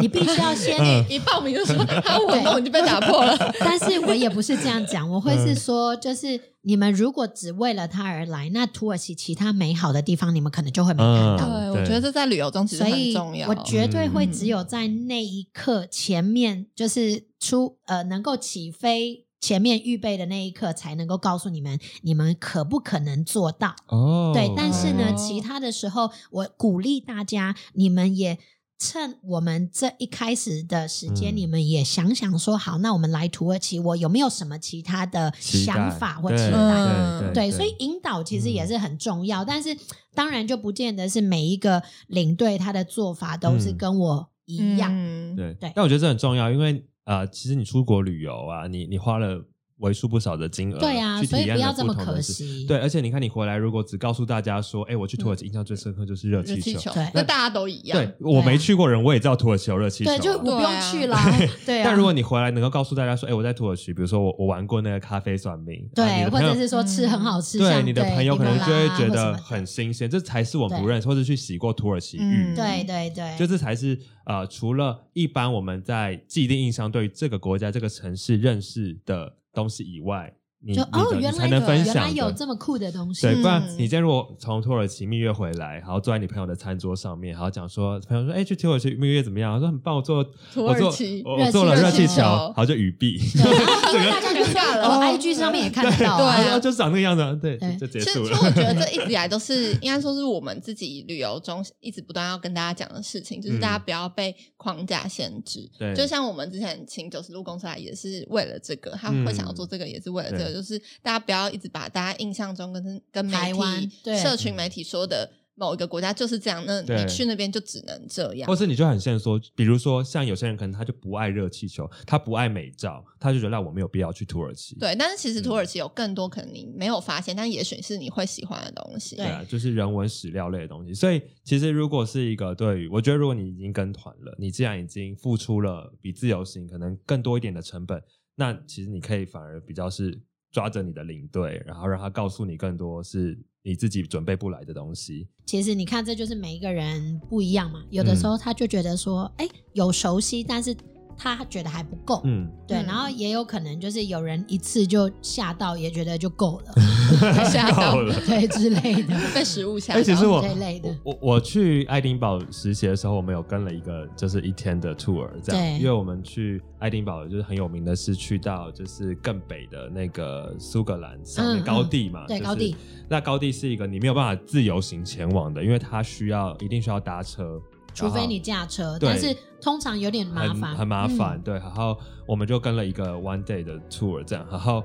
A: 你必须要先。
B: 嗯
C: 一报名 就说他我弄就被打破了，
A: 但是我也不是这样讲，我会是说，就是你们如果只为了它而来，那土耳其其他美好的地方你们可能就会没看
B: 嗯
A: 到。
C: 对，我
B: 对
C: 觉得这在旅游中其实
A: 所
C: 很
A: 以
C: 重要。
A: 我绝对会只有在那一刻前面，就是出呃能够起飞前面预备的那一刻，才能够告诉你们你们可不可能做到。
B: 哦，
A: 对，但是呢，
C: 哦
A: 其他的时候，我鼓励大家，你们也。趁我们这一开始的时间，
B: 嗯
A: 你们也想想说，好，那我们来土耳其，我有没有什么其他的
B: 期待
A: 想法或
B: 对
A: 期待？
C: 嗯
B: 对嗯
A: 对，所以引导其实也是很重要，但是当然就不见得是每一个领队他的做法都
B: 嗯
A: 是跟我一样。
C: 嗯
B: 对
A: 对
B: 但我觉得这很重要，因为呃，其实你出国旅游啊，你你花了为数不少的金额，
A: 对啊，
B: 去
A: 所
B: 体
A: 以
B: 验
A: 不要
B: 了
A: 这么
B: 同的
A: 可
B: 事。
A: 惜。嗯
B: 对，而且你看，你回来如果只告诉大家说，哎，我去土耳其印象最深刻就是热
C: 热
B: 气
C: 气
B: 球
C: 球，
A: 对
C: 那大家都一样。
B: 对我
A: 对啊
B: 没去过人，我也知道土耳其有热气球啊。
A: 对，就我不
C: 对
A: 用
C: 啊
A: 去了。 对啊，
B: 但如果你回来能够告诉大家说，哎，我在土耳其，比如说我我玩过那个咖啡算命，啊你
A: 对，
B: 的
A: 或
B: 朋友嗯
A: 者是说吃很好吃，
B: 对
A: 像
B: 你的
A: 对
B: 朋友可能
A: 尼
B: 就
A: 古
B: 会
A: 拉
B: 觉
A: 或什
B: 得
A: 么的
B: 很新鲜，这才是我们不
A: 对
B: 认识，或者去洗过土耳其浴
C: 嗯，
A: 对对对，
B: 就这才是呃，除了一般我们在既定印象对于这个国家、这个城市认识的东西以外，你
A: 就
B: 你的
A: 哦，
B: 你
A: 原
B: 才
A: 来
B: 能
A: 有
B: 分
A: 原来
B: 享
A: 有
B: 的。
A: 这么酷的东西。
B: 对，不然
C: 嗯
B: 你今天如果从土耳其蜜月回来，然后坐在你朋友的餐桌上面，然后讲说，朋友说，哎，去土耳其蜜月怎么样？他说很棒，我做
C: 土
B: 我
C: 耳
B: 做
C: 其
B: 我
A: 热
B: 我
A: 气
B: 做了
A: 热
B: 热
A: 气
B: 气
A: 球
B: 球，然后就哦语毕，
A: 对啊因为大家就
C: 尴尬
A: 是
C: 了
A: 哦我 IG 上面也看得到啊，
C: 对啊
B: 然后就长那个样子啊，对，
A: 对
B: 就结
C: 其实，
B: 束
C: 其
B: 了
C: 实。我觉得 这一直以来都是，应该说是我们自己旅游中一直不断要跟大家讲的事情，就是大家
B: 嗯
C: 不要被框架限制。
B: 对
C: 就像我们之前请九十路公司来也是为了这个，他会想要做这个也是为了这个，
B: 嗯对
C: 就是大家不要一直把大家印象中跟跟媒
A: 台湾
C: 体、
A: 对
C: 社群媒体说的某一个国家就是这样，那
B: 嗯对
C: 你去那边就只能这样
B: 或。是你就很现说，比如说像有些人可能他就不爱热气球，他不爱美照，他就觉得那我没有必要去土耳其。
C: 对，但是其实土
B: 嗯
C: 耳其有更多可能你没有发现，但也许是你会喜欢的东西。
A: 对
B: 啊，就是人文史料类的东西。所以其实如果是一个对于，我觉得如果你已经跟团了，你既然已经付出了比自由行可能更多一点的成本，那其实你可以反而比较是抓着你的领队，然后让他告诉你更多是你自己准备不来的东西。
A: 其实你看，这就是每一个人不一样嘛。有的时
B: 嗯
A: 候他就觉得说，哎、有熟悉，但是他觉得还不够。
B: 嗯，
A: 对，
C: 嗯
A: 然后也有可能就是有人一次就吓到，也觉得就够 了，
C: 吓到
B: 够了。
A: 对之类的。
C: 被食物吓
B: 哎、
C: 到。
B: 其实我
A: 这一类的
B: 我我我去爱丁堡实习的时候，我们有跟了一个就是一天的 tour，这样，
A: 对
B: 因为我们去爱丁堡就是很有名的是去到就是更北的那个苏格兰上
A: 嗯
B: 面高地嘛，
A: 对
B: 就是
A: 高地，
B: 那高地是一个你没有办法自由行前往的，因为它需要一定需要搭车，
A: 除非你驾车，
B: 对
A: 但是通常有点麻
B: 很
A: 烦，
B: 很麻烦，
A: 嗯
B: 对。然后我们就跟了一个 one day 的 tour 这样，然后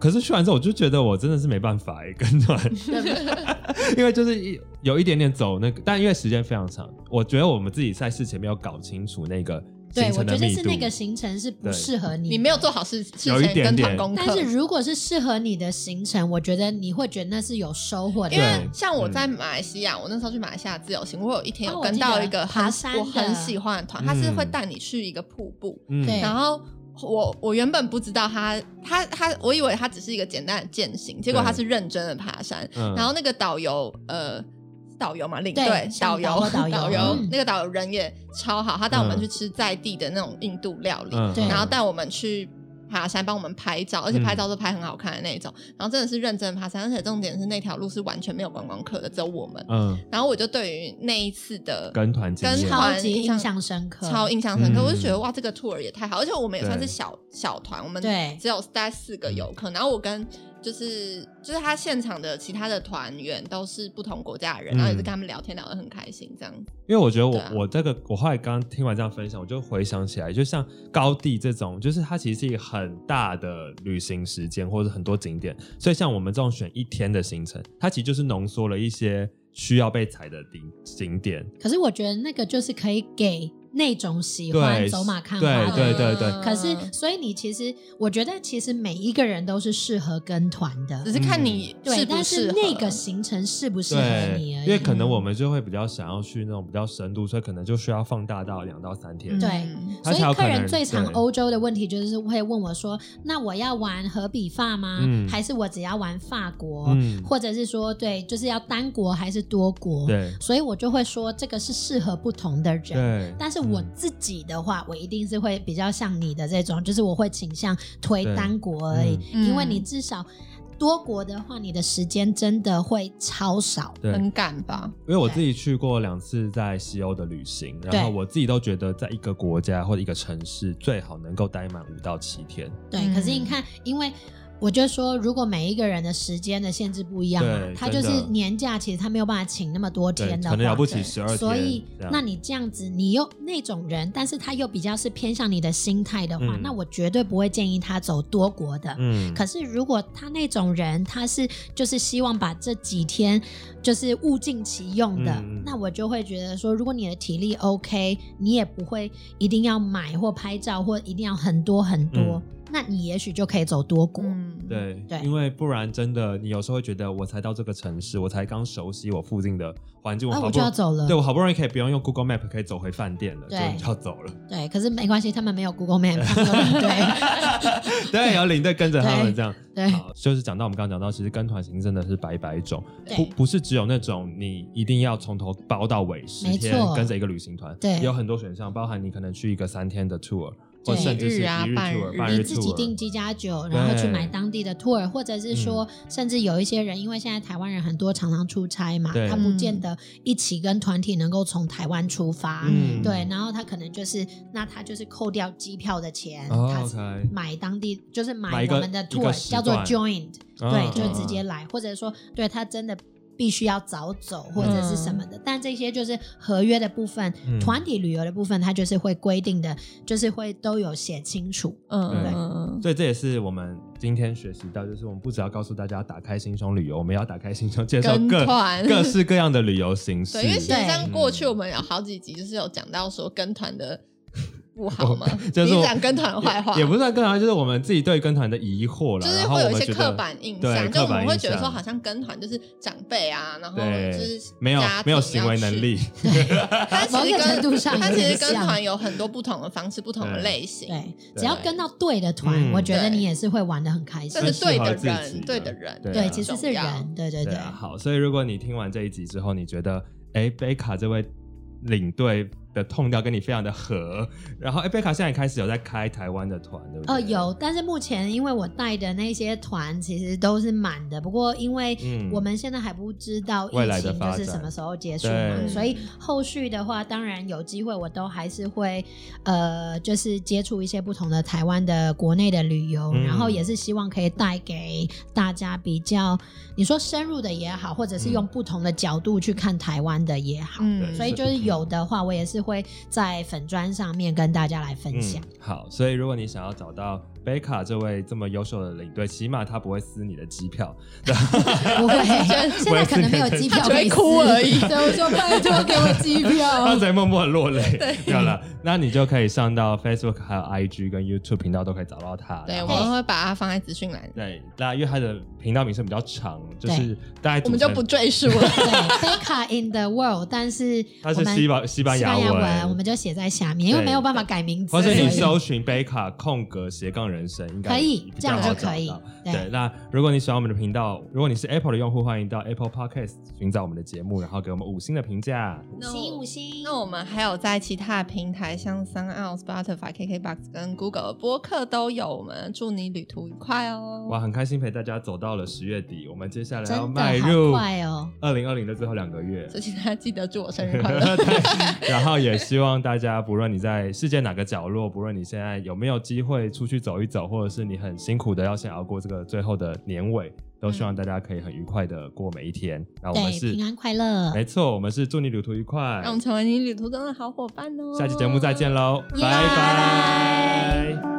B: 可是去完之后，我就觉得我真的是没办法、欸、跟 团，因为就是一有一点点走那个，但因为时间非常长，我觉得我们自己在事前没有搞清楚那个
A: 对
B: 行，
A: 我
B: 程的
A: 觉得
B: 密
A: 是
B: 度。
A: 那个行程是不
B: 对
A: 适合你，
C: 你没有。做好事，事
B: 有一
C: 前
B: 点
C: 跟
B: 点
C: 团功课。
A: 但是如果是适合你的行程，我觉得你会觉得那是有收获的。
C: 因为
B: 对嗯
C: 像我在马来西亚，我那时候去马来西亚自由行，我有一天有
A: 哦
C: 跟
A: 我记得
C: 到一个很
A: 爬山的
C: 我很喜欢的团，他是会带你去一个瀑布，
B: 嗯
A: 对
C: 然后。我我原本不知道他他他，我以为他只是一个简单的践行，结果他是认真的爬山。
B: 嗯
C: 然后那个导游呃，导游嘛，领
A: 对
C: 队
A: 向
C: 导
A: 导
C: 游
A: 或导游
C: 导
A: 嗯
C: 那个导游人也超好，他带我们
B: 嗯
C: 去吃在地的那种印度料理，
B: 嗯
A: 对
C: 然后带我们去爬山，帮我们拍照，而且拍照都拍很好看的那种。然后真的是认真爬山，而且重点是那条路是完全没有观光客的，只有我们。
B: 嗯，
C: 然后我就对于那一次的
B: 跟团经
C: 跟
B: 验，
C: 团
A: 超级
C: 印
A: 印
C: 象
A: 象深刻，
C: 超印象深刻，
B: 嗯
C: 我就觉得哇，这个 tour 也太好，而且我们也算是
B: 对嗯
C: 小小团，我们
A: 对
C: 只有带四个游客，然后我跟就是就是他现场的其他的团员都是不同国家的人，
B: 嗯
C: 然后也是跟他们聊天聊得很开心，这样子。
B: 因为我觉得我、
C: 对啊
B: 我这个我后来刚听完这样分享，我就回想起来，就像高地这种，就是它其实是一个很大的旅行时间，或者很多景点，所以像我们这种选一天的行程，它其实就是浓缩了一些需要被踩的景景点。
A: 可是我觉得那个就是可以给那种喜欢
B: 对，
A: 走马看花
B: 对
A: 的
B: 对
A: 人。
B: 对对，
C: 嗯
A: 可是，所以你其实，我觉得其实每一个人都是适合跟团的
C: 只，是看你
A: 对，
B: 嗯
C: 适
A: 但
C: 不
A: 是
C: 适合
A: 那个行程适不适合
B: 对，
A: 你而已。
B: 因为可能我们就会比较想要去那种比较深度，所以可能就需要放大到两到三
C: 嗯
B: 天。
A: 对所以
B: 它才有可
A: 客
B: 能
A: 人最常
B: 对
A: 欧洲的问题就是会问我说：“那我要玩荷比法吗？
B: 嗯
A: 还是我只要玩法国？
B: 嗯
A: 或者是说，对，就是要单国还是多国？”
B: 对
A: 所以我就会说，这个是适合不同的人。
B: 对，嗯
A: 但是我自己的话，我一定是会比较像你的这种，就是我会倾向推
B: 对
A: 单国而已，
C: 嗯
A: 因为你至少多国的话，你的时间真的会超少。
B: 对
C: 很赶吧？
B: 因为我自己去过两次在西欧的旅行，然后
A: 对
B: 我自己都觉得，在一个国家或者一个城市，最好能够待满五到七天。
A: 对，
C: 嗯
A: 可是你看，因为我就说，如果每一个人的时间的限制不一样嘛
B: 对，
A: 他就
B: 真的
A: 是年假，其实他没有办法请那么多
B: 对，
A: 天的
B: 可能了不
A: 话。
B: 起十二天。
A: 所以
B: 这，样
A: 那你这样子，你又那种人，但是他又比较是偏向你的心态的话，
B: 嗯
A: 那我绝对不会建议他走多国的。
B: 嗯，
A: 可是，如果他那种人，他是就是希望把这几天就是物尽其用的，
B: 嗯嗯
A: 那我就会觉得说，如果你的体力 OK，你也不会一定要买或拍照或一定要很多很多，
B: 嗯
A: 那你也许就可以走多国。
C: 嗯，
B: 对
A: 对
B: 因为不然真的，你有时候会觉得，我才到这个城市，我才刚熟悉我附近的环境，
A: 啊
B: 好不
A: 我就要走了
B: 对我好不容易可以不用用 Google Map 可以走回饭店了，就
A: 对
B: 要走了。
A: 对，可是没关系，他们没有 Google Map，他们有对
B: 对，有领队跟着他
A: 对
B: 们这样。
A: 对
B: 好，就是讲到我们刚刚讲到，其实跟团行真的是百百种，
A: 对
B: 不不是只有那种你一定要从头包到尾十
A: 没
B: 天
A: 错
B: 跟着一个旅行团，
A: 对
B: 也有很多选项，包含你可能去一个三天的 tour，
A: 对
B: 或甚至是
C: 一
B: 一
C: 日
B: 日
C: 啊半
B: tour、
C: 日
B: 半
A: 你
B: 日
A: 自己订
B: tour。
A: 机加酒，然后去
B: 对嗯
A: 买当地的 tour，或者是说，甚至有一些人，因为现在台湾人很多常常出差嘛，
B: 对
A: 他不见得一起跟团体能够从台湾出发，
B: 嗯
A: 对，然后他可能就是，那他就是扣掉机票的钱，
B: 哦
A: 他
B: OK
A: 买当地就是
B: 买
A: 买
B: 一个
A: 我们的
B: 一个
A: tour
B: 时
A: 叫
B: 段
A: 做 joined，对，
B: 啊
A: 就直接来，或者说对他真的。必须要早走或者是什么的，但这些就是合约的部分，
B: 嗯
A: 团体旅游的部分，它就是会规定的，就是会都有写清楚。
C: 嗯
B: 对
C: 嗯嗯
B: 所以这也是我们今天学习到，就是我们不只要告诉大家打开心胸旅游，我们也要打开心胸介绍
C: 跟
B: 各
C: 团
B: 各式各样的旅游形式
C: 对，因为。其实
A: 对
C: 像过
B: 嗯
C: 去我们有好几集就是有讲到说跟团 的不好嘛，
B: 哦就是
C: 你
B: 我
C: 讲跟团的坏话
B: 也也不算跟团，就是我们自己对跟团的疑惑了，
C: 就是
B: 然后
C: 会有
B: 我
C: 一
B: 们
C: 些
B: 觉得
C: 刻板印
B: 对
C: 象，就
B: 刻
C: 我们
B: 板
C: 会
B: 印
C: 觉得说
B: 象
C: 好像跟团就是长辈啊，然后
B: 对
C: 就是
B: 没有
C: 家
B: 没有
C: 庭
B: 行
C: 要
B: 为能
C: 去
B: 力，
C: 但其
A: 某
C: 实
A: 个程度上
C: 跟但
A: 有
C: 其
A: 点
C: 实跟
A: 像
C: 团有很多不同的方式、不同的
B: 对
C: 类型，
A: 对，
B: 对
A: 只要跟到对的团，
B: 嗯
A: 我觉得
C: 对
A: 你也是会玩的很开心
C: 但。是
B: 适
C: 对
B: 合
C: 的
B: 自己
C: 人，对
B: 的
C: 的人，
B: 对啊
A: 对，
B: 很
A: 其实是
C: 重要
A: 人， 对对对，
B: 啊，好，所以如果你听完这一集之后，你觉得，哎，贝卡这位领队的痛调跟你非常的合，然后，哎，贝卡现在开始有在开台湾的团，对不
C: 哦
B: 对？
A: 呃，有，，但是目前因为我带的那些团其实都是满的，不过因为
B: 嗯
A: 我们现在还不知道
B: 未
A: 疫
B: 来的
A: 情就
B: 发
A: 是
B: 展
A: 什么时候结束嘛，
B: 对
A: 所以
C: 嗯
A: 后续的话，当然有机会我都还是会呃，就是接触一些不同的台湾的国内的旅游，
B: 嗯
A: 然后也是希望可以带给大家比较你说深入的也好，或者
B: 嗯
A: 是用不同的角度去看台湾的也好，
B: 对
C: 嗯，
A: 所以就是有的话，我也是会在粉砖上面跟大家来分享。
B: 嗯好，所以如果你想要找到贝卡这位这么优秀的领队，起码他不会撕你的机票，嗯
A: 不 会，现在可能没有机票可以撕，
C: 所以我 说拜托给我机
B: 他
C: 票。
B: 在默默地落泪。没有了，那你就可以上到 Facebook、还有 IG 跟 YouTube 频道都可以找到 他。
C: 对，
B: 然
C: 我
B: 后
C: 们会把它放在资讯 栏，
B: 对，那因为他的频道名称比较长，就是大概
C: 我们就
B: 组成
C: 不赘述了。
A: 对，Becca in the world，但是
B: 它是
A: 我们
B: 西班西班牙
A: 牙
B: 文
A: 我们就写在下面，因为
B: 对
A: 没有办法改名字，
B: 或者
A: 所
B: 你
A: 以
B: 搜寻贝卡空格斜杠人人生，应该
A: 可以
B: 比
A: 这
B: 较
A: 样
B: 好
A: 就
B: 找
A: 可以
B: 到。对，
A: 对，
B: 那如果你喜欢我们的频道，如果你是 Apple 的用户，欢迎到 Apple Podcast 寻找我们的节目，然后给我们五星的评价。
A: 五
C: 那
A: 星
C: 我
A: 五星。
C: 那我们还有在其他的平台，像 s o n o u Spotify、KKBox 跟 Google 的播客都有。我们祝你旅途愉快哦！
B: 哇，很开心陪大家走到了十月底，我们接下来要
A: 真
B: 迈
A: 的
B: 入
A: 好快哦！
B: 二零二零的最后两个月。
C: 所以请大家记得祝我生 日快乐。
B: 对，然后也希望大家，不论你在世界哪个角落，不论你现在有没有机会出去走一走，或者是你很辛苦的要先熬过这个最后的年尾，都希望大家可以很愉快的过每一天。然后我们
A: 对，
B: 是
A: 平安快乐，
B: 没错，我们是祝你旅途愉快
C: 让我，们成为你旅途中的好伙伴哦！
B: 下期节目再见喽，
A: 耶
B: 嗯拜拜。